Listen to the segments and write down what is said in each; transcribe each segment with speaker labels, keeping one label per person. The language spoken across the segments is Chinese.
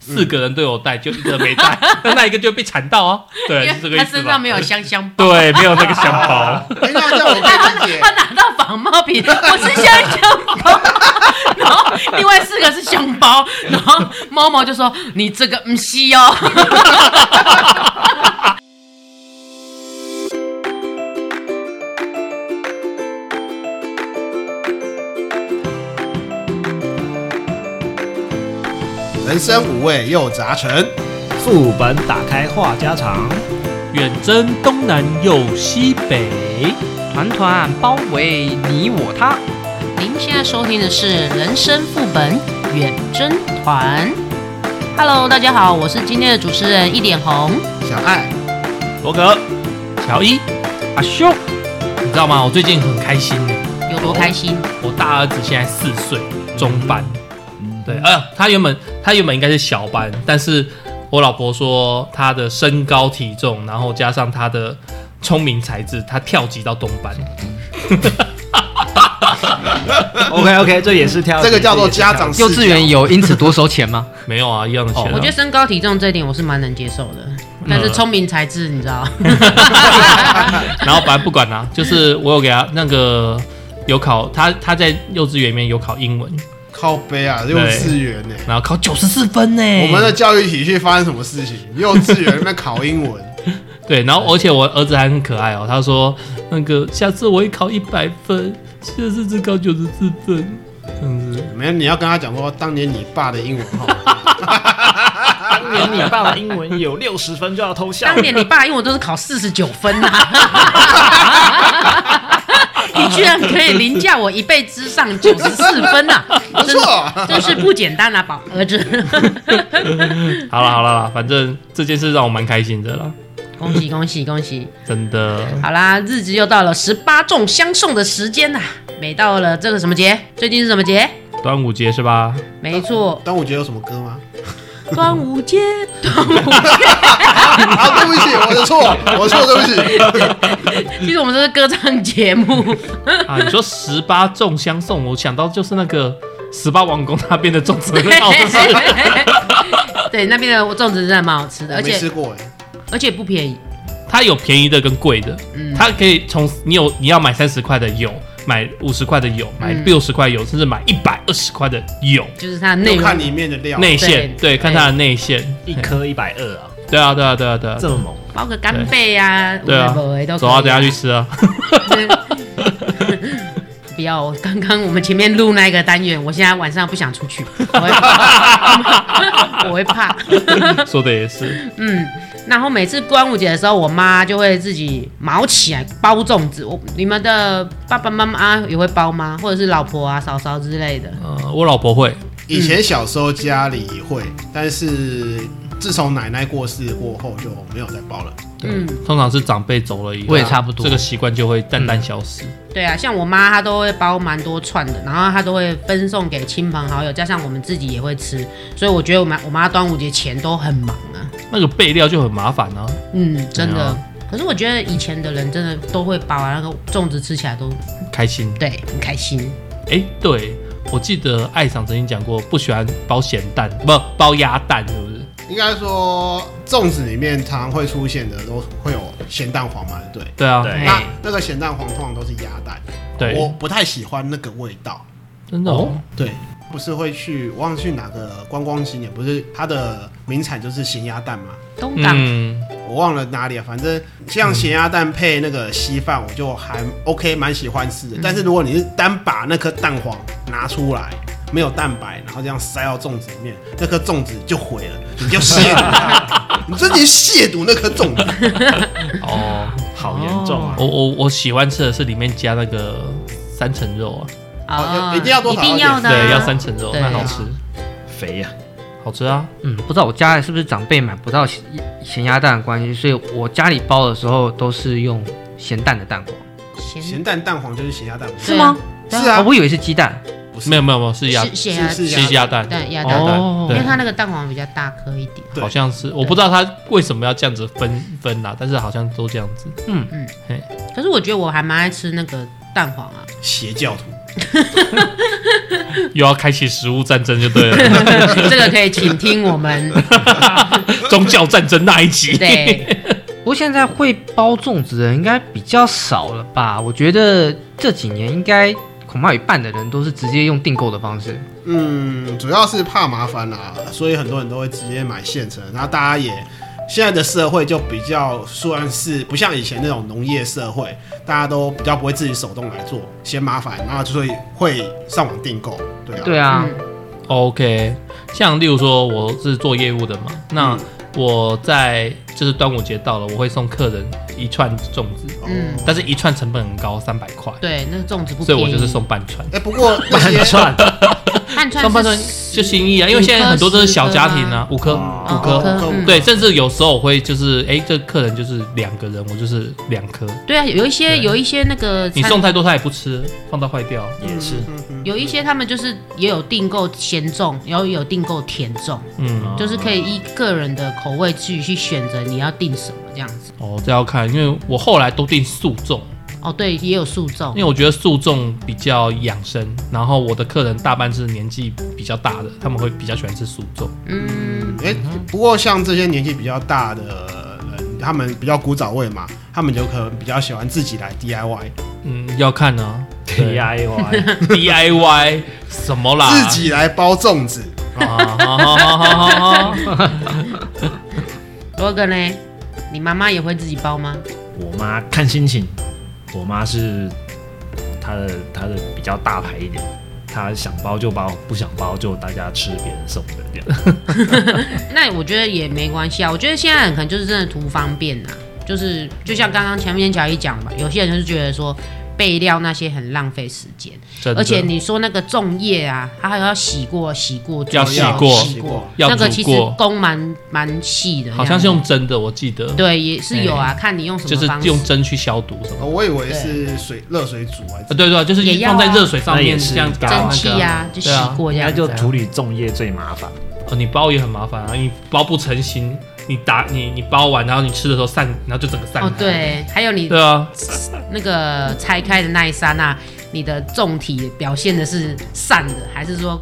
Speaker 1: 四个人都有带，就一个没带， 那那一个就被缠到啊。对，是这
Speaker 2: 因
Speaker 1: 个
Speaker 2: 为
Speaker 1: 意
Speaker 2: 他
Speaker 1: 思
Speaker 2: 身
Speaker 1: 吧
Speaker 2: 上？没有香香 包，
Speaker 1: 对，没有那个香包，
Speaker 3: 哎，那这样我可以理解
Speaker 2: 他拿到仿冒品，我是香香包，然后另外四个是香包，然后猫猫就说你这个唔吸哦，
Speaker 3: 人生五味又杂陈。
Speaker 4: 副本打开话家常，
Speaker 1: 远征东南又西北。
Speaker 5: 团团包围你我他。
Speaker 2: 您现在收听的是《人生副本远征团》。Hello，大家好，我是今天的主持人一点红。
Speaker 3: 小爱，
Speaker 1: 罗格，乔伊，
Speaker 5: 阿修，
Speaker 1: 你知道吗？我最近很开心呢、
Speaker 2: 有多开心？
Speaker 1: 我大儿子现在四岁，中班。对，呃，他原本他原本应该是小班，但是我老婆说他的身高体重，然后加上他的聪明才智，他跳级到中班。
Speaker 4: OK OK，这也是跳，
Speaker 3: 这个叫做家长视角
Speaker 5: 幼稚园有因此多收钱吗？
Speaker 1: 没有啊，一样的钱、啊
Speaker 2: 哦我觉得身高体重这一点我是蛮能接受的，但
Speaker 1: 嗯
Speaker 2: 是聪明才智你知道，
Speaker 1: 然后反正不管啦、就是我有给他那个有考他他在幼稚园里面有考英文，
Speaker 3: 靠背啊，幼稚园呢、
Speaker 1: 然后考九十四分呢、
Speaker 2: 嗯
Speaker 3: 我们的教育体系发生什么事情？幼稚园那考英文，
Speaker 1: 对，然后而且我儿子还很可爱哦，他说那个下次我会考一百分，现在是只考九十四分，这样子。
Speaker 3: 没有你要跟他讲说，当年你爸的英文好，
Speaker 4: 当年你爸爸英文有六十分就要偷笑
Speaker 2: 当年你爸英文都是考四十九分呐、你居然可以凌驾我一倍之上九十四分呐、
Speaker 3: 不
Speaker 2: 真的
Speaker 3: 错。
Speaker 2: 真是不简单啊，宝儿子，
Speaker 1: 好了好了啦，反正这件事让我蛮开心的啦，
Speaker 2: 恭喜恭喜恭喜！
Speaker 1: 真的。
Speaker 2: 好啦，日子又到了十八粽相送的时间啦、每到了这个什么节，最近是什么节？
Speaker 1: 端午节是吧？
Speaker 2: 没错，
Speaker 3: 端午节有什么歌吗？
Speaker 2: 端午节，
Speaker 3: 啊，对不起，我的错，我错，对不起。
Speaker 2: 其实我们这是歌唱节目，
Speaker 1: 啊，你说十八粽相送，我想到就是那个十八王宫那边的粽子 很好吃。
Speaker 2: 对，那边的粽子真的蛮好吃的，
Speaker 3: 我
Speaker 2: 而
Speaker 3: 没
Speaker 2: 且
Speaker 3: 吃过哎，
Speaker 2: 而且不便宜。
Speaker 1: 它有便宜的跟贵的，它可以从你有你要买三十块的有，买五十块的有，买
Speaker 2: 嗯
Speaker 1: 六十块有，甚至买一百二十块的有
Speaker 2: 就是它的内
Speaker 3: 就看
Speaker 2: 容，
Speaker 3: 里面的料。
Speaker 1: 内馅，
Speaker 2: 对
Speaker 1: 对，看它的内馅。
Speaker 4: 一颗一百二啊，
Speaker 1: 对啊，对啊，对啊，对啊，
Speaker 4: 这么猛，
Speaker 2: 包个干贝啊，
Speaker 1: 对啊
Speaker 2: 有的没的都可
Speaker 1: 走
Speaker 2: 以
Speaker 1: 啊，等下去吃啊。
Speaker 2: 不要，我刚刚我们前面录那个单元，我现在晚上不想出去，我会 怕，我会怕。
Speaker 1: 说的也是，
Speaker 2: 嗯，然后每次端午节的时候，我妈就会自己毛起来包粽子。我你们的爸爸妈妈啊也会包吗？或者是老婆啊、嫂嫂之类的？
Speaker 1: 呃，我老婆会，
Speaker 3: 以前小时候家里会，但是自从奶奶过世过后就没有再包了。
Speaker 2: 嗯，
Speaker 1: 通常是长辈走了以后，啊
Speaker 5: 我也差不多
Speaker 1: 这个习惯就会淡淡消失。
Speaker 2: 对啊，像我妈她都会包蛮多串的，然后她都会分送给亲朋好友，加上我们自己也会吃，所以我觉得我妈我妈端午节前都很忙啊。
Speaker 1: 那个备料就很麻烦啊。
Speaker 2: 嗯，真
Speaker 1: 对
Speaker 2: 的
Speaker 1: 啊。
Speaker 2: 可是我觉得以前的人真的都会包啊，那个粽子吃起来都
Speaker 1: 开心，
Speaker 2: 对很开心。
Speaker 1: 哎，对我记得艾赏曾经讲过，不喜欢包咸蛋，不包鸭蛋，是不是？
Speaker 3: 应该说粽子里面常会出现的都会有咸蛋黄嘛，对不对。
Speaker 1: 对啊，
Speaker 4: 对
Speaker 3: 那那个咸蛋黄通常都是鸭蛋，
Speaker 1: 对
Speaker 3: 我不太喜欢那个味道。
Speaker 1: 真的哦，
Speaker 3: 对，不是会去我忘了去哪个观光景点，不是它的名产就是咸鸭蛋嘛，
Speaker 2: 东港、
Speaker 1: 嗯，
Speaker 3: 我忘了哪里了，反正像咸鸭蛋配那个稀饭，我就还 OK，蛮喜欢吃的。但是如果你是单把那颗蛋黄拿出来。没有蛋白，然后这样塞到粽子里面，那颗粽子就毁了，你就亵渎它，你自己亵渎那颗粽子。
Speaker 1: 哦，
Speaker 4: 好严重啊！
Speaker 1: 我我我喜欢吃的是里面加那个三层肉啊，
Speaker 2: 啊、
Speaker 3: 一定要多
Speaker 2: 一
Speaker 3: 少
Speaker 2: 定
Speaker 3: 要
Speaker 2: 要
Speaker 3: 点
Speaker 2: 的、
Speaker 1: 对，要三层肉，
Speaker 2: 对啊
Speaker 1: 那好吃，
Speaker 4: 肥呀、
Speaker 1: 好吃啊，
Speaker 5: 嗯，不知道我家里是不是长辈买不到咸 咸鸭蛋的关系，所以我家里包的时候都是用咸蛋的蛋黄。
Speaker 3: 咸蛋蛋黄就是咸鸭蛋，
Speaker 2: 是吗？
Speaker 3: 是
Speaker 2: 对啊
Speaker 3: 啊
Speaker 5: 哦，我以为是鸡蛋。
Speaker 3: 不是
Speaker 1: 没有没有没有是鸭
Speaker 2: 是咸鸭
Speaker 3: 是
Speaker 1: 是鸭蛋，
Speaker 2: 对鸭蛋
Speaker 1: 哦，
Speaker 2: 因为
Speaker 1: 对，
Speaker 2: 它那个蛋黄比较大颗一点。
Speaker 3: 对
Speaker 1: 好像是，我不知道他为什么要这样子分分啦，但是好像都这样子，
Speaker 2: 可是我觉得我还蛮爱吃那个蛋黄啊，
Speaker 3: 邪教徒，
Speaker 1: 又要开启食物战争就对了，
Speaker 2: 这个可以请听我们
Speaker 1: 宗教战争那一集。
Speaker 2: 对，
Speaker 4: 不过现在会包粽子的人应该比较少了吧？我觉得这几年应该恐怕有一半的人都是直接用订购的方式。
Speaker 6: 嗯，主要是怕麻烦啦，所以很多人都会直接买现成。然后大家也现在的社会就比较算是不像以前那种农业社会，大家都比较不会自己手动来做，嫌麻烦，然后就会会上网订购。对啊，
Speaker 4: 对啊，
Speaker 2: 嗯
Speaker 1: OK，像例如说我是做业务的嘛，那
Speaker 6: 嗯
Speaker 1: 我在就是端午节到了，我会送客人一串粽子，
Speaker 6: 哦
Speaker 2: 嗯
Speaker 1: 但是一串成本很高，三百块，
Speaker 2: 对，那个粽子不
Speaker 1: 所
Speaker 2: 便
Speaker 1: 以
Speaker 2: 宜，
Speaker 1: 我就是送半串。
Speaker 6: 哎、不过那些
Speaker 5: 串，
Speaker 2: 半串
Speaker 1: 送半串
Speaker 2: 是
Speaker 1: 就心意啊，因为现在很多都是小家庭啊，五颗
Speaker 6: 哦
Speaker 1: 五颗，
Speaker 2: 五颗嗯
Speaker 1: 对，甚至有时候我会就是，哎、这客人就是两个人，我就是两颗，
Speaker 2: 对啊，有一些
Speaker 1: 对
Speaker 2: 有一些那个
Speaker 1: 你
Speaker 2: 餐
Speaker 1: 送太多他也不吃，放到坏掉。
Speaker 5: 也是
Speaker 2: 有一些他们就是也有订购咸粽，然后也有订购甜粽，
Speaker 1: 嗯，
Speaker 2: 就是可以依个人的口味去去选择你要订什么这样子。
Speaker 1: 哦，这要看，因为我后来都订素粽，
Speaker 2: 哦，对，也有素粽
Speaker 1: 因，为我觉得素粽比较养生，然后我的客人大半是年纪比较大的，他们会比较喜欢吃素粽。
Speaker 2: 嗯，
Speaker 6: 哎、不过像这些年纪比较大的人，他们比较古早味嘛，他们有可能比较喜欢自己来 DIY，
Speaker 1: 嗯，要看啊
Speaker 5: 哎 DIY，
Speaker 1: ，DIY 什么啦？
Speaker 6: 自己来包粽子。
Speaker 1: 啊，好好好好好好，
Speaker 2: 罗哥呢？你妈妈也会自己包吗？
Speaker 5: 我妈看心情，我妈是她的她的比较大牌一点，她想包就包，不想包就大家吃别人送的 这样。啊
Speaker 2: 那我觉得也没关系啊，我觉得现在可能就是真的图方便呐、就是就像刚刚前面乔伊讲吧，有些人就是觉得说备料那些很浪费时间，
Speaker 1: 真的
Speaker 2: 而且你说那个粽叶啊，它还要洗过、洗过、
Speaker 1: 要
Speaker 2: 煮
Speaker 1: 洗
Speaker 6: 哦
Speaker 1: 过
Speaker 2: 洗过，
Speaker 1: 要
Speaker 2: 那个
Speaker 1: 煮
Speaker 2: 其实
Speaker 1: 过
Speaker 2: 工蛮蛮细的，
Speaker 1: 好像是用蒸的，我记得，
Speaker 2: 哎对，也是有啊，看你用什
Speaker 1: 就
Speaker 2: 么
Speaker 1: 是
Speaker 2: 方式。
Speaker 1: 用蒸去消毒什么的。
Speaker 6: 哦我以为是水热水煮还
Speaker 1: 啊，
Speaker 6: 是
Speaker 1: 对对啊，就是
Speaker 2: 也要啊
Speaker 1: 放在热水上
Speaker 5: 那
Speaker 1: 面
Speaker 5: 也是
Speaker 1: 这样搞那
Speaker 2: 蒸
Speaker 1: 个
Speaker 2: 汽啊，就洗过这
Speaker 5: 应
Speaker 2: 样
Speaker 5: 该
Speaker 2: 子
Speaker 5: 就
Speaker 2: 啊。
Speaker 5: 处理粽叶最麻烦，
Speaker 1: 哦，你包也很麻烦啊，你包不成型，你打你你包完，然后你吃的时候散，然后就整个散开。
Speaker 2: 哦，对，还有你
Speaker 1: 对啊，
Speaker 2: 那个拆开的那一刹那，你的重体表现的是散的，还是说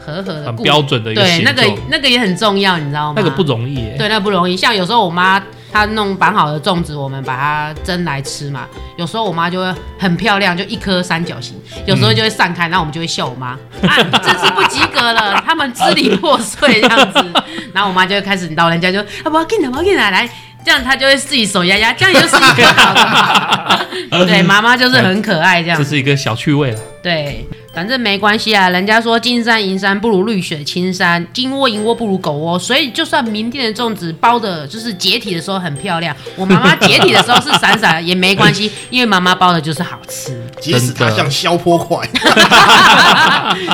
Speaker 2: 和合的
Speaker 1: 很
Speaker 2: 固
Speaker 1: 标准的一个
Speaker 2: 对，
Speaker 1: 形
Speaker 2: 那
Speaker 1: 状，
Speaker 2: 个那个也很重要，你知道吗？
Speaker 1: 那个不容易耶。
Speaker 2: 对，那不容易。像有时候我妈她弄绑好的粽子，我们把它蒸来吃嘛。有时候我妈就会很漂亮，就一颗三角形，有时候就会散开，然后我们就会笑我妈，啊，这次不及格了，他们支离破碎这样子。然后我妈就会开始老人家就啊，我要进来，我要进来，来。这样她就会自己手压压，这样也就是一颗好的 嘛。对，妈妈就是很可爱这样
Speaker 1: 这。是一个小趣味了。
Speaker 2: 对，反正没关系啊。人家说金山银山不如绿水青山，金窝银窝不如狗窝，所以就算明天的粽子包的，就是解体的时候很漂亮，我妈妈解体的时候是闪闪的 也没关系，因为妈妈包的就是好吃。
Speaker 6: 即使它
Speaker 1: 真的
Speaker 6: 像消波块，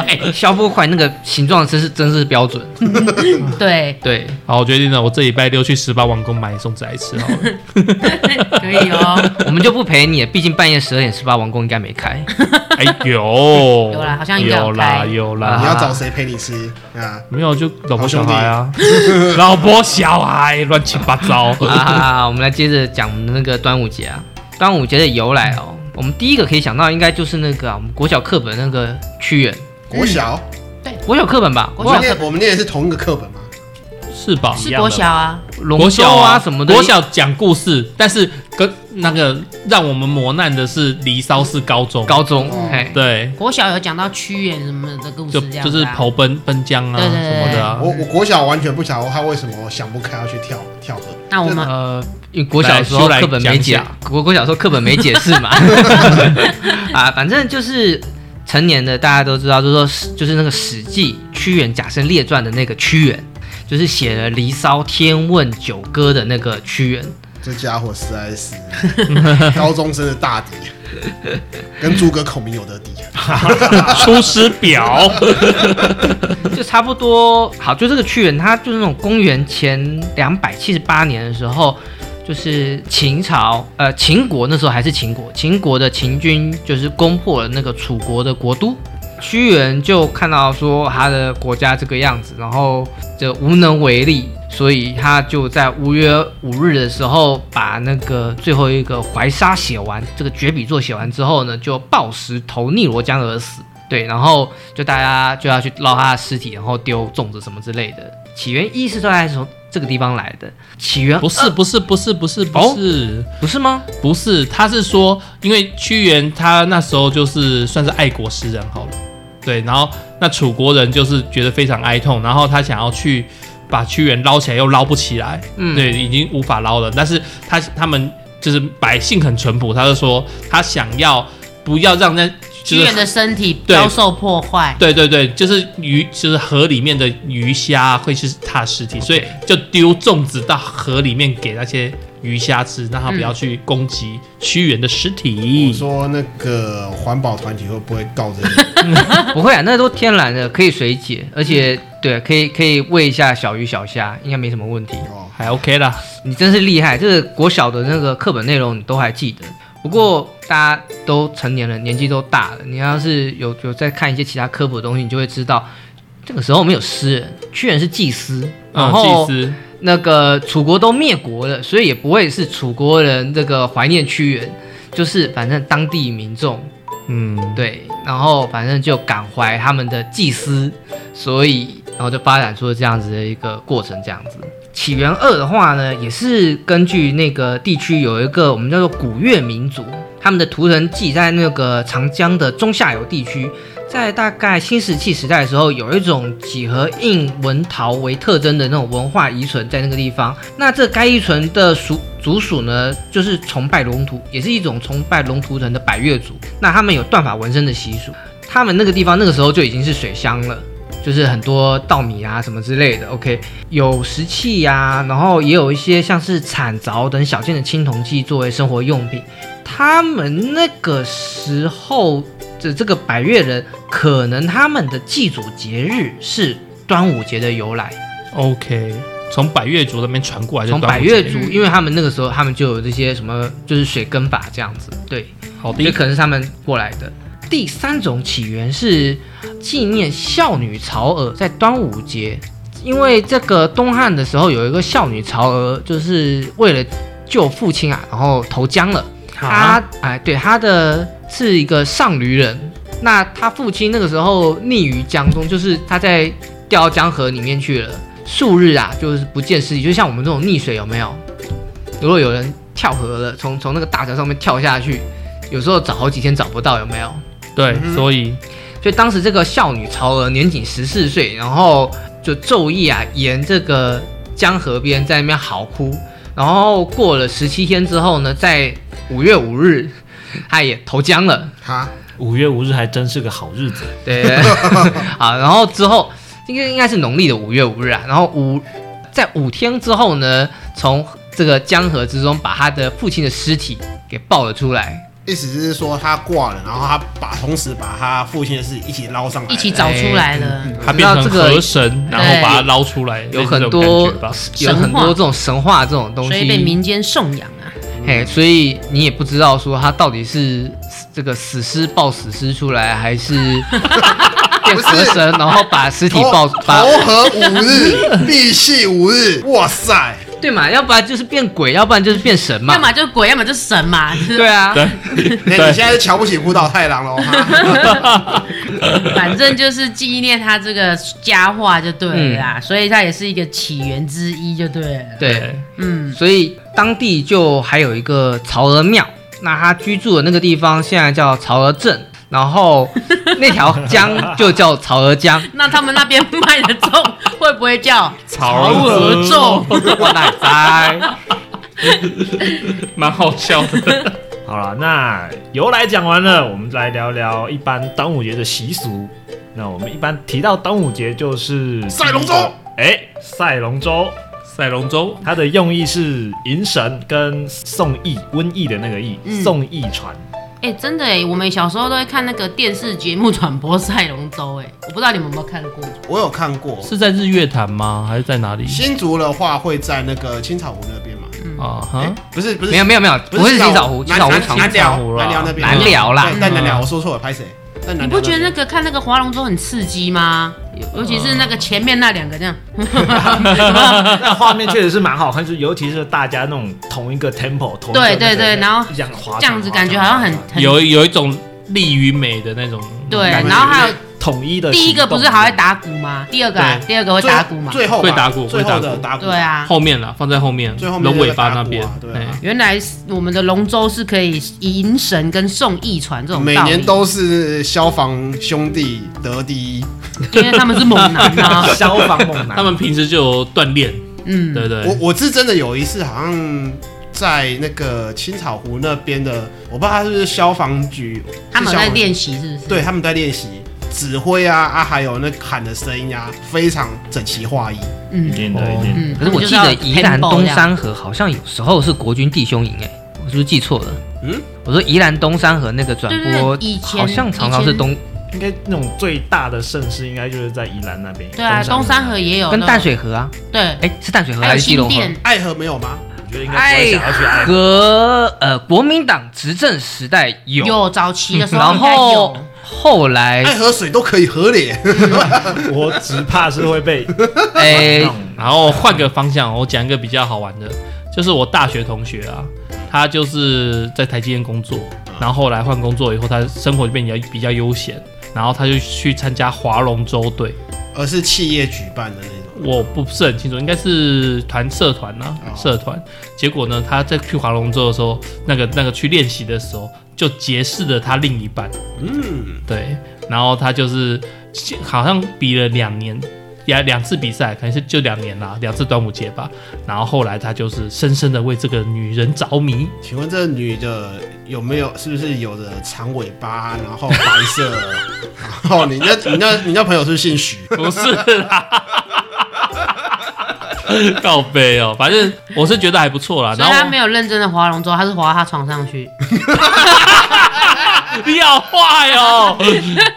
Speaker 4: 哎，消波块那个形状真是真是标准。
Speaker 2: 对，
Speaker 4: 对，
Speaker 1: 好，我决定了，我这礼拜六去十八王宫买粽子来吃 好了。
Speaker 2: 可以哦。
Speaker 4: 我们就不陪你了，毕竟半夜十二点十八王宫应该没开。
Speaker 1: 哎，有
Speaker 2: 有啦好像应该有
Speaker 1: 有啦
Speaker 2: 开
Speaker 1: 有
Speaker 4: 啊
Speaker 6: 你
Speaker 1: 啦，
Speaker 6: 要找谁陪你吃
Speaker 2: 嗯
Speaker 6: 啊？
Speaker 1: 没有就老婆小孩啊， 老婆小孩乱七八糟。
Speaker 4: 啊，我们来接着讲我们的那个端午节啊。端午节的由来哦，我们第一个可以想到应该就是那个、啊、我们国小课本那个屈原，
Speaker 6: 国小，
Speaker 4: 国小课本吧，
Speaker 2: 国
Speaker 6: 我
Speaker 2: 小
Speaker 6: 们念我们念的是同一个课本吗？
Speaker 1: 是吧？
Speaker 2: 是国小啊，
Speaker 4: 龙舟啊什么的，
Speaker 1: 国小讲故事，但是跟那个让我们磨难的是离骚是高中，
Speaker 4: 高中，哎、
Speaker 1: 对，
Speaker 2: 国小有讲到屈原什么的故
Speaker 1: 就
Speaker 2: 事这样、啊
Speaker 1: 就是跑。奔奔江啊
Speaker 2: 对对对
Speaker 1: 什么的啊。
Speaker 6: 我我国小完全不晓得他为什么想不开要去跳跳河。
Speaker 2: 那我们
Speaker 4: 呃，因为国小的时候
Speaker 1: 来
Speaker 4: 课本没解
Speaker 1: 修来讲，
Speaker 4: 国国小的时候课本没解释嘛，啊，反正就是成年的大家都知道，就是说就是那个《史记·屈原贾生列传》的那个屈原，就是写了《离骚》《天问》《九歌》的那个屈原。
Speaker 6: 这家伙实在 是高中生的大敌，啊跟诸葛孔明有得比。啊
Speaker 1: 《出师 表》
Speaker 4: 就差不多。好，就这个屈原，他就是那种公元前两百七十八年的时候，就是秦朝，呃，秦国那时候还是秦国，秦国的秦军就是攻破了那个楚国的国都。屈原就看到说他的国家这个样子，然后就无能为力，所以他就在五月五日的时候，把那个最后一个怀沙写完，这个绝笔作写完之后呢，就暴石投汨罗江而死。对，然后就大家就要去捞他的尸体，然后丢粽子什么之类的。起源一是在从这个地方来的，起源
Speaker 1: 不是
Speaker 4: 二
Speaker 1: 不是不是不是
Speaker 4: 哦
Speaker 1: 不是
Speaker 4: 不是吗？
Speaker 1: 不是，他是说，因为屈原他那时候就是算是爱国诗人好了，对，然后那楚国人就是觉得非常哀痛，然后他想要去把屈原捞起来，又捞不起来，
Speaker 4: 嗯
Speaker 1: 对，已经无法捞了。但是他他们就是百姓很淳朴，他就说他想要不要让那就
Speaker 2: 屈原
Speaker 1: 是。
Speaker 2: 的身体
Speaker 1: 对
Speaker 2: 遭受破坏，
Speaker 1: 对对对，就是鱼，就是河里面的鱼虾会是他的尸体，所以就丢粽子到河里面给那些鱼虾吃，让他不要去攻击屈原的尸体。
Speaker 6: 你说那个环保团体会不会告这个？
Speaker 4: 不会啊，那都天然的，可以水解，而
Speaker 1: 嗯
Speaker 4: 且对，可以可以喂一下小鱼小虾，应该没什么问题。
Speaker 6: 哦，
Speaker 1: 还 OK 啦，
Speaker 4: 你真是厉害，这个国小的那个课本内容你都还记得。不过大家都成年了，年纪都大了，你要是有有在看一些其他科普的东西，你就会知道，这个时候没有诗人，屈原是祭司，然
Speaker 1: 嗯，
Speaker 4: 后、
Speaker 1: 祭司，
Speaker 4: 那个楚国都灭国了，所以也不会是楚国人这个怀念屈原，就是反正当地民众
Speaker 1: 嗯，
Speaker 4: 对，然后反正就感怀他们的祭司，所以然后就发展出了这样子的一个过程，这样子。起源二的话呢，也是根据那个地区有一个我们叫做古越民族，他们的图腾记在那个长江的中下游地区，在大概新石器时代的时候，有一种几何印纹陶为特征的那种文化遗存在那个地方。那这该遗存的属族属呢，就是崇拜龙图，也是一种崇拜龙图腾的百越族。那他们有断发纹身的习俗，他们那个地方那个时候就已经是水乡了。就是很多稻米啊什么之类的，OK，有石器呀、然后也有一些像是铲凿等小件的青铜器作为生活用品。他们那个时候这这个百越人，可能他们的祭祖节日是端午节的由来，
Speaker 1: OK，从百越族那边传过来就
Speaker 4: 从
Speaker 1: 端午
Speaker 4: 百越
Speaker 1: 节嗯
Speaker 4: 族，因为他们那个时候他们就有这些什么，就是水耕法这样子，
Speaker 1: 嗯
Speaker 4: 对，
Speaker 1: 好
Speaker 4: 也
Speaker 1: 的，
Speaker 4: 可能是他们过来的。第三种起源是纪念孝女曹娥在端午节，因为这个东汉的时候有一个孝女曹娥，就是为了救父亲啊，然后投江了。他哎，对，他的是一个上驴人。那他父亲那个时候溺于江中，就是他在掉到江河里面去了，数日啊，就是不见尸体，就像我们这种溺水有没有？如果有人跳河了，从从那个大桥上面跳下去，有时候找好几天找不到，有没有？
Speaker 1: 对，
Speaker 4: 嗯
Speaker 1: 所以
Speaker 4: 所以当时这个孝女曹娥年仅十四岁，然后就昼夜啊沿这个江河边在那边嚎哭，然后过了十七天之后呢，在五月五日，她也投江了。
Speaker 6: 哈，
Speaker 5: 五月五日还真是个好日子，
Speaker 4: 对， 好，然后之后应该应该是农历的五月五日啊，然后五在五天之后呢，从这个江河之中把她的父亲的尸体给抱了出来。
Speaker 6: 意思是说他挂了，然后他把同时把他父亲的事一起捞上来，
Speaker 2: 一起找出来了。
Speaker 1: 他变
Speaker 4: 我
Speaker 1: 成
Speaker 4: 知道这个哎
Speaker 1: 河神，然后
Speaker 2: 对
Speaker 1: 把它捞出来，
Speaker 4: 有
Speaker 1: 类似
Speaker 4: 很
Speaker 1: 这种感
Speaker 4: 多
Speaker 1: 觉吧
Speaker 4: 有很
Speaker 2: 神话
Speaker 4: 多这种神话这种东
Speaker 1: 嗯
Speaker 4: 西，
Speaker 2: 所以被民间颂扬啊。
Speaker 4: 嘿，所以你也不知道说他到底是死这个死尸抱死尸出来，还是变蛇神，然后把尸体
Speaker 6: 投
Speaker 4: 抱把
Speaker 6: 投河五日， 必系五日，哇塞！
Speaker 4: 对嘛？要不然就是变鬼，要不然就是变神嘛
Speaker 2: 要。么就是鬼，要么就是 神嘛。
Speaker 4: 对啊，
Speaker 1: 对
Speaker 6: 那你现在是瞧不起浦岛太郎了哈？
Speaker 2: 反正就是纪念他这个佳话就对了啦，所以他也是一个起源之一就对了。
Speaker 4: 对，
Speaker 2: 嗯，
Speaker 4: 所以当地就还有一个曹娥庙，那他居住的那个地方现在叫曹娥镇，然后那条江就叫曹娥江。
Speaker 2: 那他们那边卖的粽会不会叫
Speaker 1: 曹
Speaker 2: 娥粽？
Speaker 4: 我奶奶，
Speaker 1: 蛮好笑的。
Speaker 5: 好了，那由来讲完了，我们来聊聊一般端午节的习俗。那我们一般提到端午节就是
Speaker 6: 赛龙舟，
Speaker 5: 哎，赛龙舟，
Speaker 1: 赛龙舟，
Speaker 5: 它的用意是迎神跟送疫瘟疫的那个疫，
Speaker 2: 嗯
Speaker 5: 送疫船。
Speaker 2: 哎、真的哎、我们小时候都会看那个电视节目转播赛龙舟哎，我不知道你们有没有看过。
Speaker 6: 我有看过，
Speaker 1: 是在日月潭吗？还是在哪里？
Speaker 6: 新竹的话会在那个青草湖那边嘛？
Speaker 1: 啊
Speaker 6: 哎
Speaker 1: 哈，，
Speaker 6: 不是不是，
Speaker 4: 没有没有没有，不是青岛湖，青
Speaker 6: 南
Speaker 4: 岛湖
Speaker 6: 南
Speaker 4: 长
Speaker 6: 南
Speaker 1: 青
Speaker 6: 寮
Speaker 1: 草湖啦
Speaker 6: 南寮那边，
Speaker 4: 南寮啦
Speaker 6: 对在南寮，我说错了，拍谁？在南寮那
Speaker 2: 你
Speaker 6: 边
Speaker 2: 不觉得那个看那个划龙舟很刺激吗？尤其是那个前面那两个这样，
Speaker 5: 那画面确实是蛮好看，就是尤其是大家那种同一个 tempo，同一个
Speaker 2: 对
Speaker 5: 那个
Speaker 2: 对对然后
Speaker 5: 这样滑
Speaker 2: 这样子感觉好像很很
Speaker 1: 有有一种力与美的那种
Speaker 2: 对。
Speaker 1: 感觉
Speaker 2: 然后还有
Speaker 5: 统一的行动。
Speaker 2: 第一个不是还会打鼓吗？第二个啊
Speaker 1: 对
Speaker 2: 第二个会打鼓嘛？
Speaker 3: 最后
Speaker 1: 会
Speaker 3: 吧
Speaker 1: 打鼓
Speaker 3: 最
Speaker 1: 会打
Speaker 3: 后的
Speaker 1: 鼓
Speaker 3: 打鼓，
Speaker 2: 对，啊，
Speaker 1: 后面啦，放在后面，
Speaker 3: 最后面
Speaker 1: 龙
Speaker 3: 那个
Speaker 1: 尾巴
Speaker 3: 打鼓
Speaker 1: 那
Speaker 3: 啊
Speaker 1: 边，
Speaker 3: 对啊
Speaker 1: 哎
Speaker 2: 原来是我们的龙舟是可以迎神跟送义传这种
Speaker 3: 每
Speaker 2: 道理
Speaker 3: 年都是消防兄弟得第一，
Speaker 2: 因为他们是猛男啊，
Speaker 5: 消防猛男，
Speaker 1: 哎他们平时就有锻炼，
Speaker 2: 嗯，
Speaker 1: 对对
Speaker 3: 我我是真的有一次好像在那个青草湖那边的，我不知道他是不是消防局，
Speaker 2: 他们
Speaker 3: 是
Speaker 2: 有在
Speaker 3: 消防
Speaker 2: 练习是不是？
Speaker 3: 对，他们在练习指挥啊啊，还有那喊的声音啊，非常整齐划一。
Speaker 5: 一
Speaker 2: 嗯
Speaker 5: 定
Speaker 1: 哦
Speaker 5: 的，一定的。
Speaker 2: 嗯，
Speaker 4: 可是我记
Speaker 2: 他
Speaker 4: 得
Speaker 2: 们就是要
Speaker 4: 宜兰
Speaker 2: tempo
Speaker 4: 东
Speaker 2: 这样
Speaker 4: 山河好像有时候是国军弟兄营，哎，我是不是记错了？
Speaker 3: 嗯，
Speaker 4: 我说宜兰东山河那个转
Speaker 2: 对
Speaker 4: 播
Speaker 2: 对对以，前
Speaker 4: 好像常常是东
Speaker 5: 应该那种最大的盛世，应该就是在宜兰那边。
Speaker 2: 对啊，东山河也有
Speaker 4: 跟
Speaker 2: 那
Speaker 4: 淡
Speaker 2: 种
Speaker 4: 水河啊，
Speaker 2: 对，
Speaker 4: 哎，是淡水河
Speaker 2: 还
Speaker 4: 还
Speaker 2: 有
Speaker 4: 是基
Speaker 2: 新
Speaker 4: 隆河？
Speaker 2: 店
Speaker 3: 爱河没有吗？
Speaker 5: 哎我觉得应该不会
Speaker 2: 哎
Speaker 5: 想要去爱河。
Speaker 4: 和呃国民党执政时代有，嗯
Speaker 2: 有早期的时候
Speaker 4: 然
Speaker 2: 应该
Speaker 4: 后
Speaker 2: 有，
Speaker 4: 后
Speaker 2: 哎
Speaker 4: 来
Speaker 3: 爱河水都可以合脸，
Speaker 5: 我只怕是 会被
Speaker 4: 哎
Speaker 5: 那，种
Speaker 1: 然后换个方向，我讲一个比较好玩的，就是我大学同学啊，他就是在台积电工作，
Speaker 3: 啊
Speaker 1: 然后后来换工作以后，他生活就变比较比较悠闲，然后他就去参加划龙舟队，
Speaker 3: 而是企业举办的那种。
Speaker 1: 我不是很清楚，应该是团社团呐、
Speaker 3: 哦
Speaker 1: 社团。结果呢，他在去划龙舟的时候，那个那个去练习的时候，就结识了他另一半，
Speaker 3: 嗯，
Speaker 1: 对，然后他就是好像比了两年。两两次比赛，可能是就两年啦，两次端午节吧。然后后来他就是深深的为这个女人着迷，
Speaker 3: 请问这女的有没有是不是有着长尾巴，然后白色？ 然后你那你那你那朋友是不是姓许？
Speaker 1: 不是啦， 告背哦。反正我是觉得还不错啦。
Speaker 2: 所
Speaker 1: 然
Speaker 2: 以
Speaker 1: 后
Speaker 2: 他没有认真的划龙舟，他是划到他床上去。
Speaker 1: 你好坏哦！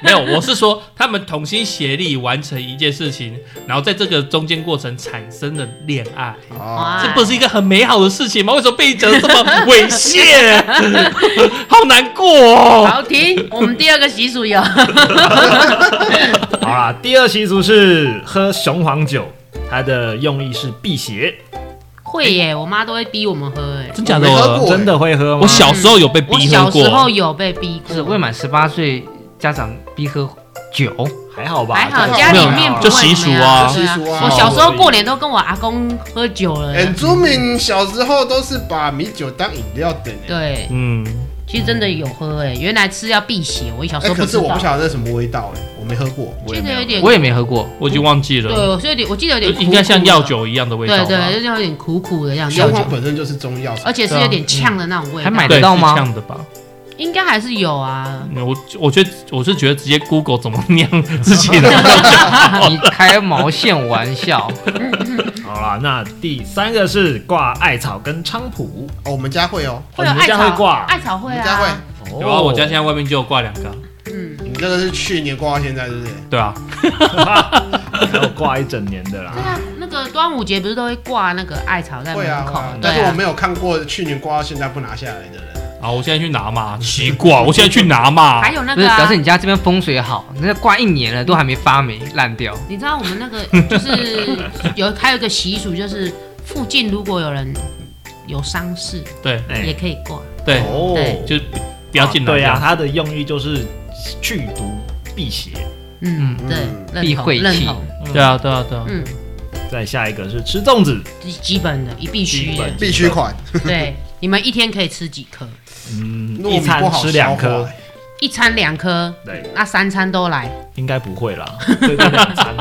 Speaker 1: 没有，我是说他们同心协力完成一件事情，然后在这个中间过程产生了恋爱，
Speaker 3: 哦，
Speaker 2: 哎
Speaker 1: 这不是一个很美好的事情吗？为什么被你讲的这么猥 亵？好难过哦！
Speaker 2: 好停，我们第二个习俗有
Speaker 5: 好啦，第二习俗是喝雄黄酒，它的用意是辟邪，
Speaker 2: 会耶，我妈都会逼我们喝 哎。
Speaker 1: 真假的
Speaker 3: 我没喝
Speaker 1: 我
Speaker 3: 过
Speaker 5: 真的会喝吗？
Speaker 1: 我小时候有被
Speaker 2: 我
Speaker 1: 逼喝
Speaker 2: 小时候
Speaker 1: 过，
Speaker 2: 有被逼
Speaker 4: 是
Speaker 2: 过
Speaker 4: 未，满十八岁家长逼喝酒，
Speaker 5: 还好吧，
Speaker 2: 还好
Speaker 5: 这个
Speaker 2: 家里面不
Speaker 1: 就
Speaker 2: 会
Speaker 1: 习俗
Speaker 2: 怎么
Speaker 1: 啊
Speaker 2: 样对
Speaker 3: 就习俗啊
Speaker 2: 我小时候过年都跟我阿公喝酒了。
Speaker 3: 哎，朱敏小时候都是把米酒当饮料的呢。
Speaker 2: 对，
Speaker 1: 嗯，
Speaker 2: 其实真的有喝哎，原来吃要避邪，我小时
Speaker 3: 哎，
Speaker 2: 候啊不
Speaker 3: 可
Speaker 2: 知
Speaker 3: 是我
Speaker 2: 道
Speaker 3: 不，晓得那什么味道，哎，我没喝过。
Speaker 5: 我也
Speaker 2: 记
Speaker 5: 没
Speaker 2: 得有点，
Speaker 4: 我也没 喝过。
Speaker 1: 我已经忘记
Speaker 2: 对，
Speaker 1: 了，
Speaker 2: 我是有点，我记得有
Speaker 1: 就
Speaker 2: 点苦苦的
Speaker 1: 应该像药，酒一样的味道
Speaker 2: 对
Speaker 1: 吧？
Speaker 2: 对，就是有点苦苦的这样
Speaker 3: 雄
Speaker 2: 药
Speaker 3: 黄
Speaker 2: 酒，
Speaker 3: 本身就是中药材，
Speaker 2: 而且是有点呛的那种味道，
Speaker 4: 还买
Speaker 1: 对，
Speaker 4: 得
Speaker 1: 是
Speaker 4: 到吗
Speaker 1: 这样的吧？
Speaker 2: 应该还是有啊。
Speaker 1: 嗯我我觉得我是觉得直接 Google 怎么酿自己 的味道
Speaker 2: 哦
Speaker 4: 你开毛线玩笑？
Speaker 5: 好啦，那第三个是挂艾草跟菖蒲，
Speaker 3: 哦，我们家会哦，
Speaker 2: 会
Speaker 5: 哦
Speaker 2: 有
Speaker 5: 你们
Speaker 2: 艾
Speaker 5: 家会
Speaker 2: 草，
Speaker 5: 挂？
Speaker 2: 艾草
Speaker 3: 我
Speaker 2: 会
Speaker 3: 们家
Speaker 2: 啊，
Speaker 3: 会。
Speaker 1: 有啊，我家现在外面就有挂两个，
Speaker 2: 嗯，
Speaker 3: 你这个是去年挂到现在，对不对？
Speaker 1: 对啊，
Speaker 5: 在哦有挂一整年的
Speaker 2: 对
Speaker 5: 啦。
Speaker 2: 啊，那个端午节不是都会挂那个艾草在
Speaker 3: 会啊
Speaker 2: 门
Speaker 3: 会
Speaker 2: 口
Speaker 3: 啊，？
Speaker 2: 对
Speaker 3: 但是我
Speaker 2: 啊，
Speaker 3: 没有看过去年刮到现在不拿下来的人。
Speaker 1: 啊，我现在去拿嘛，奇怪，我现在去拿嘛
Speaker 2: 还，有 那
Speaker 4: 不是，
Speaker 2: 个啊
Speaker 4: 表示你家这边风水好，那挂一年了都还没发霉烂掉。
Speaker 2: 你知道我们那个 就是有还有一个习俗，就是附近如果有人有丧事，
Speaker 1: 对
Speaker 2: 也
Speaker 5: 哎，
Speaker 2: 可以挂。
Speaker 1: 对，
Speaker 5: 哦
Speaker 2: 对
Speaker 1: 就不要进来。
Speaker 5: 对呀，，啊它的用意就是去毒辟邪。
Speaker 2: 嗯，
Speaker 3: 嗯
Speaker 2: 对，认
Speaker 4: 避
Speaker 2: 同
Speaker 4: 讳气
Speaker 2: 认同，
Speaker 1: 对啊，对啊，对啊，
Speaker 2: 嗯，
Speaker 5: 再下一个是吃粽子，
Speaker 2: 基基本的，一必须
Speaker 5: 基
Speaker 2: 的
Speaker 5: 本。
Speaker 3: 必须款，
Speaker 2: 对， 你们一天可以吃几颗？
Speaker 5: 嗯，
Speaker 3: 糯
Speaker 5: 一
Speaker 3: 米
Speaker 5: 餐
Speaker 3: 不好
Speaker 5: 吃
Speaker 3: 消化
Speaker 5: 两
Speaker 3: 欸
Speaker 5: 颗，。
Speaker 2: 一餐两颗，
Speaker 5: 对，
Speaker 2: 那三餐都来，
Speaker 5: 应该不会啦，对对两餐而已。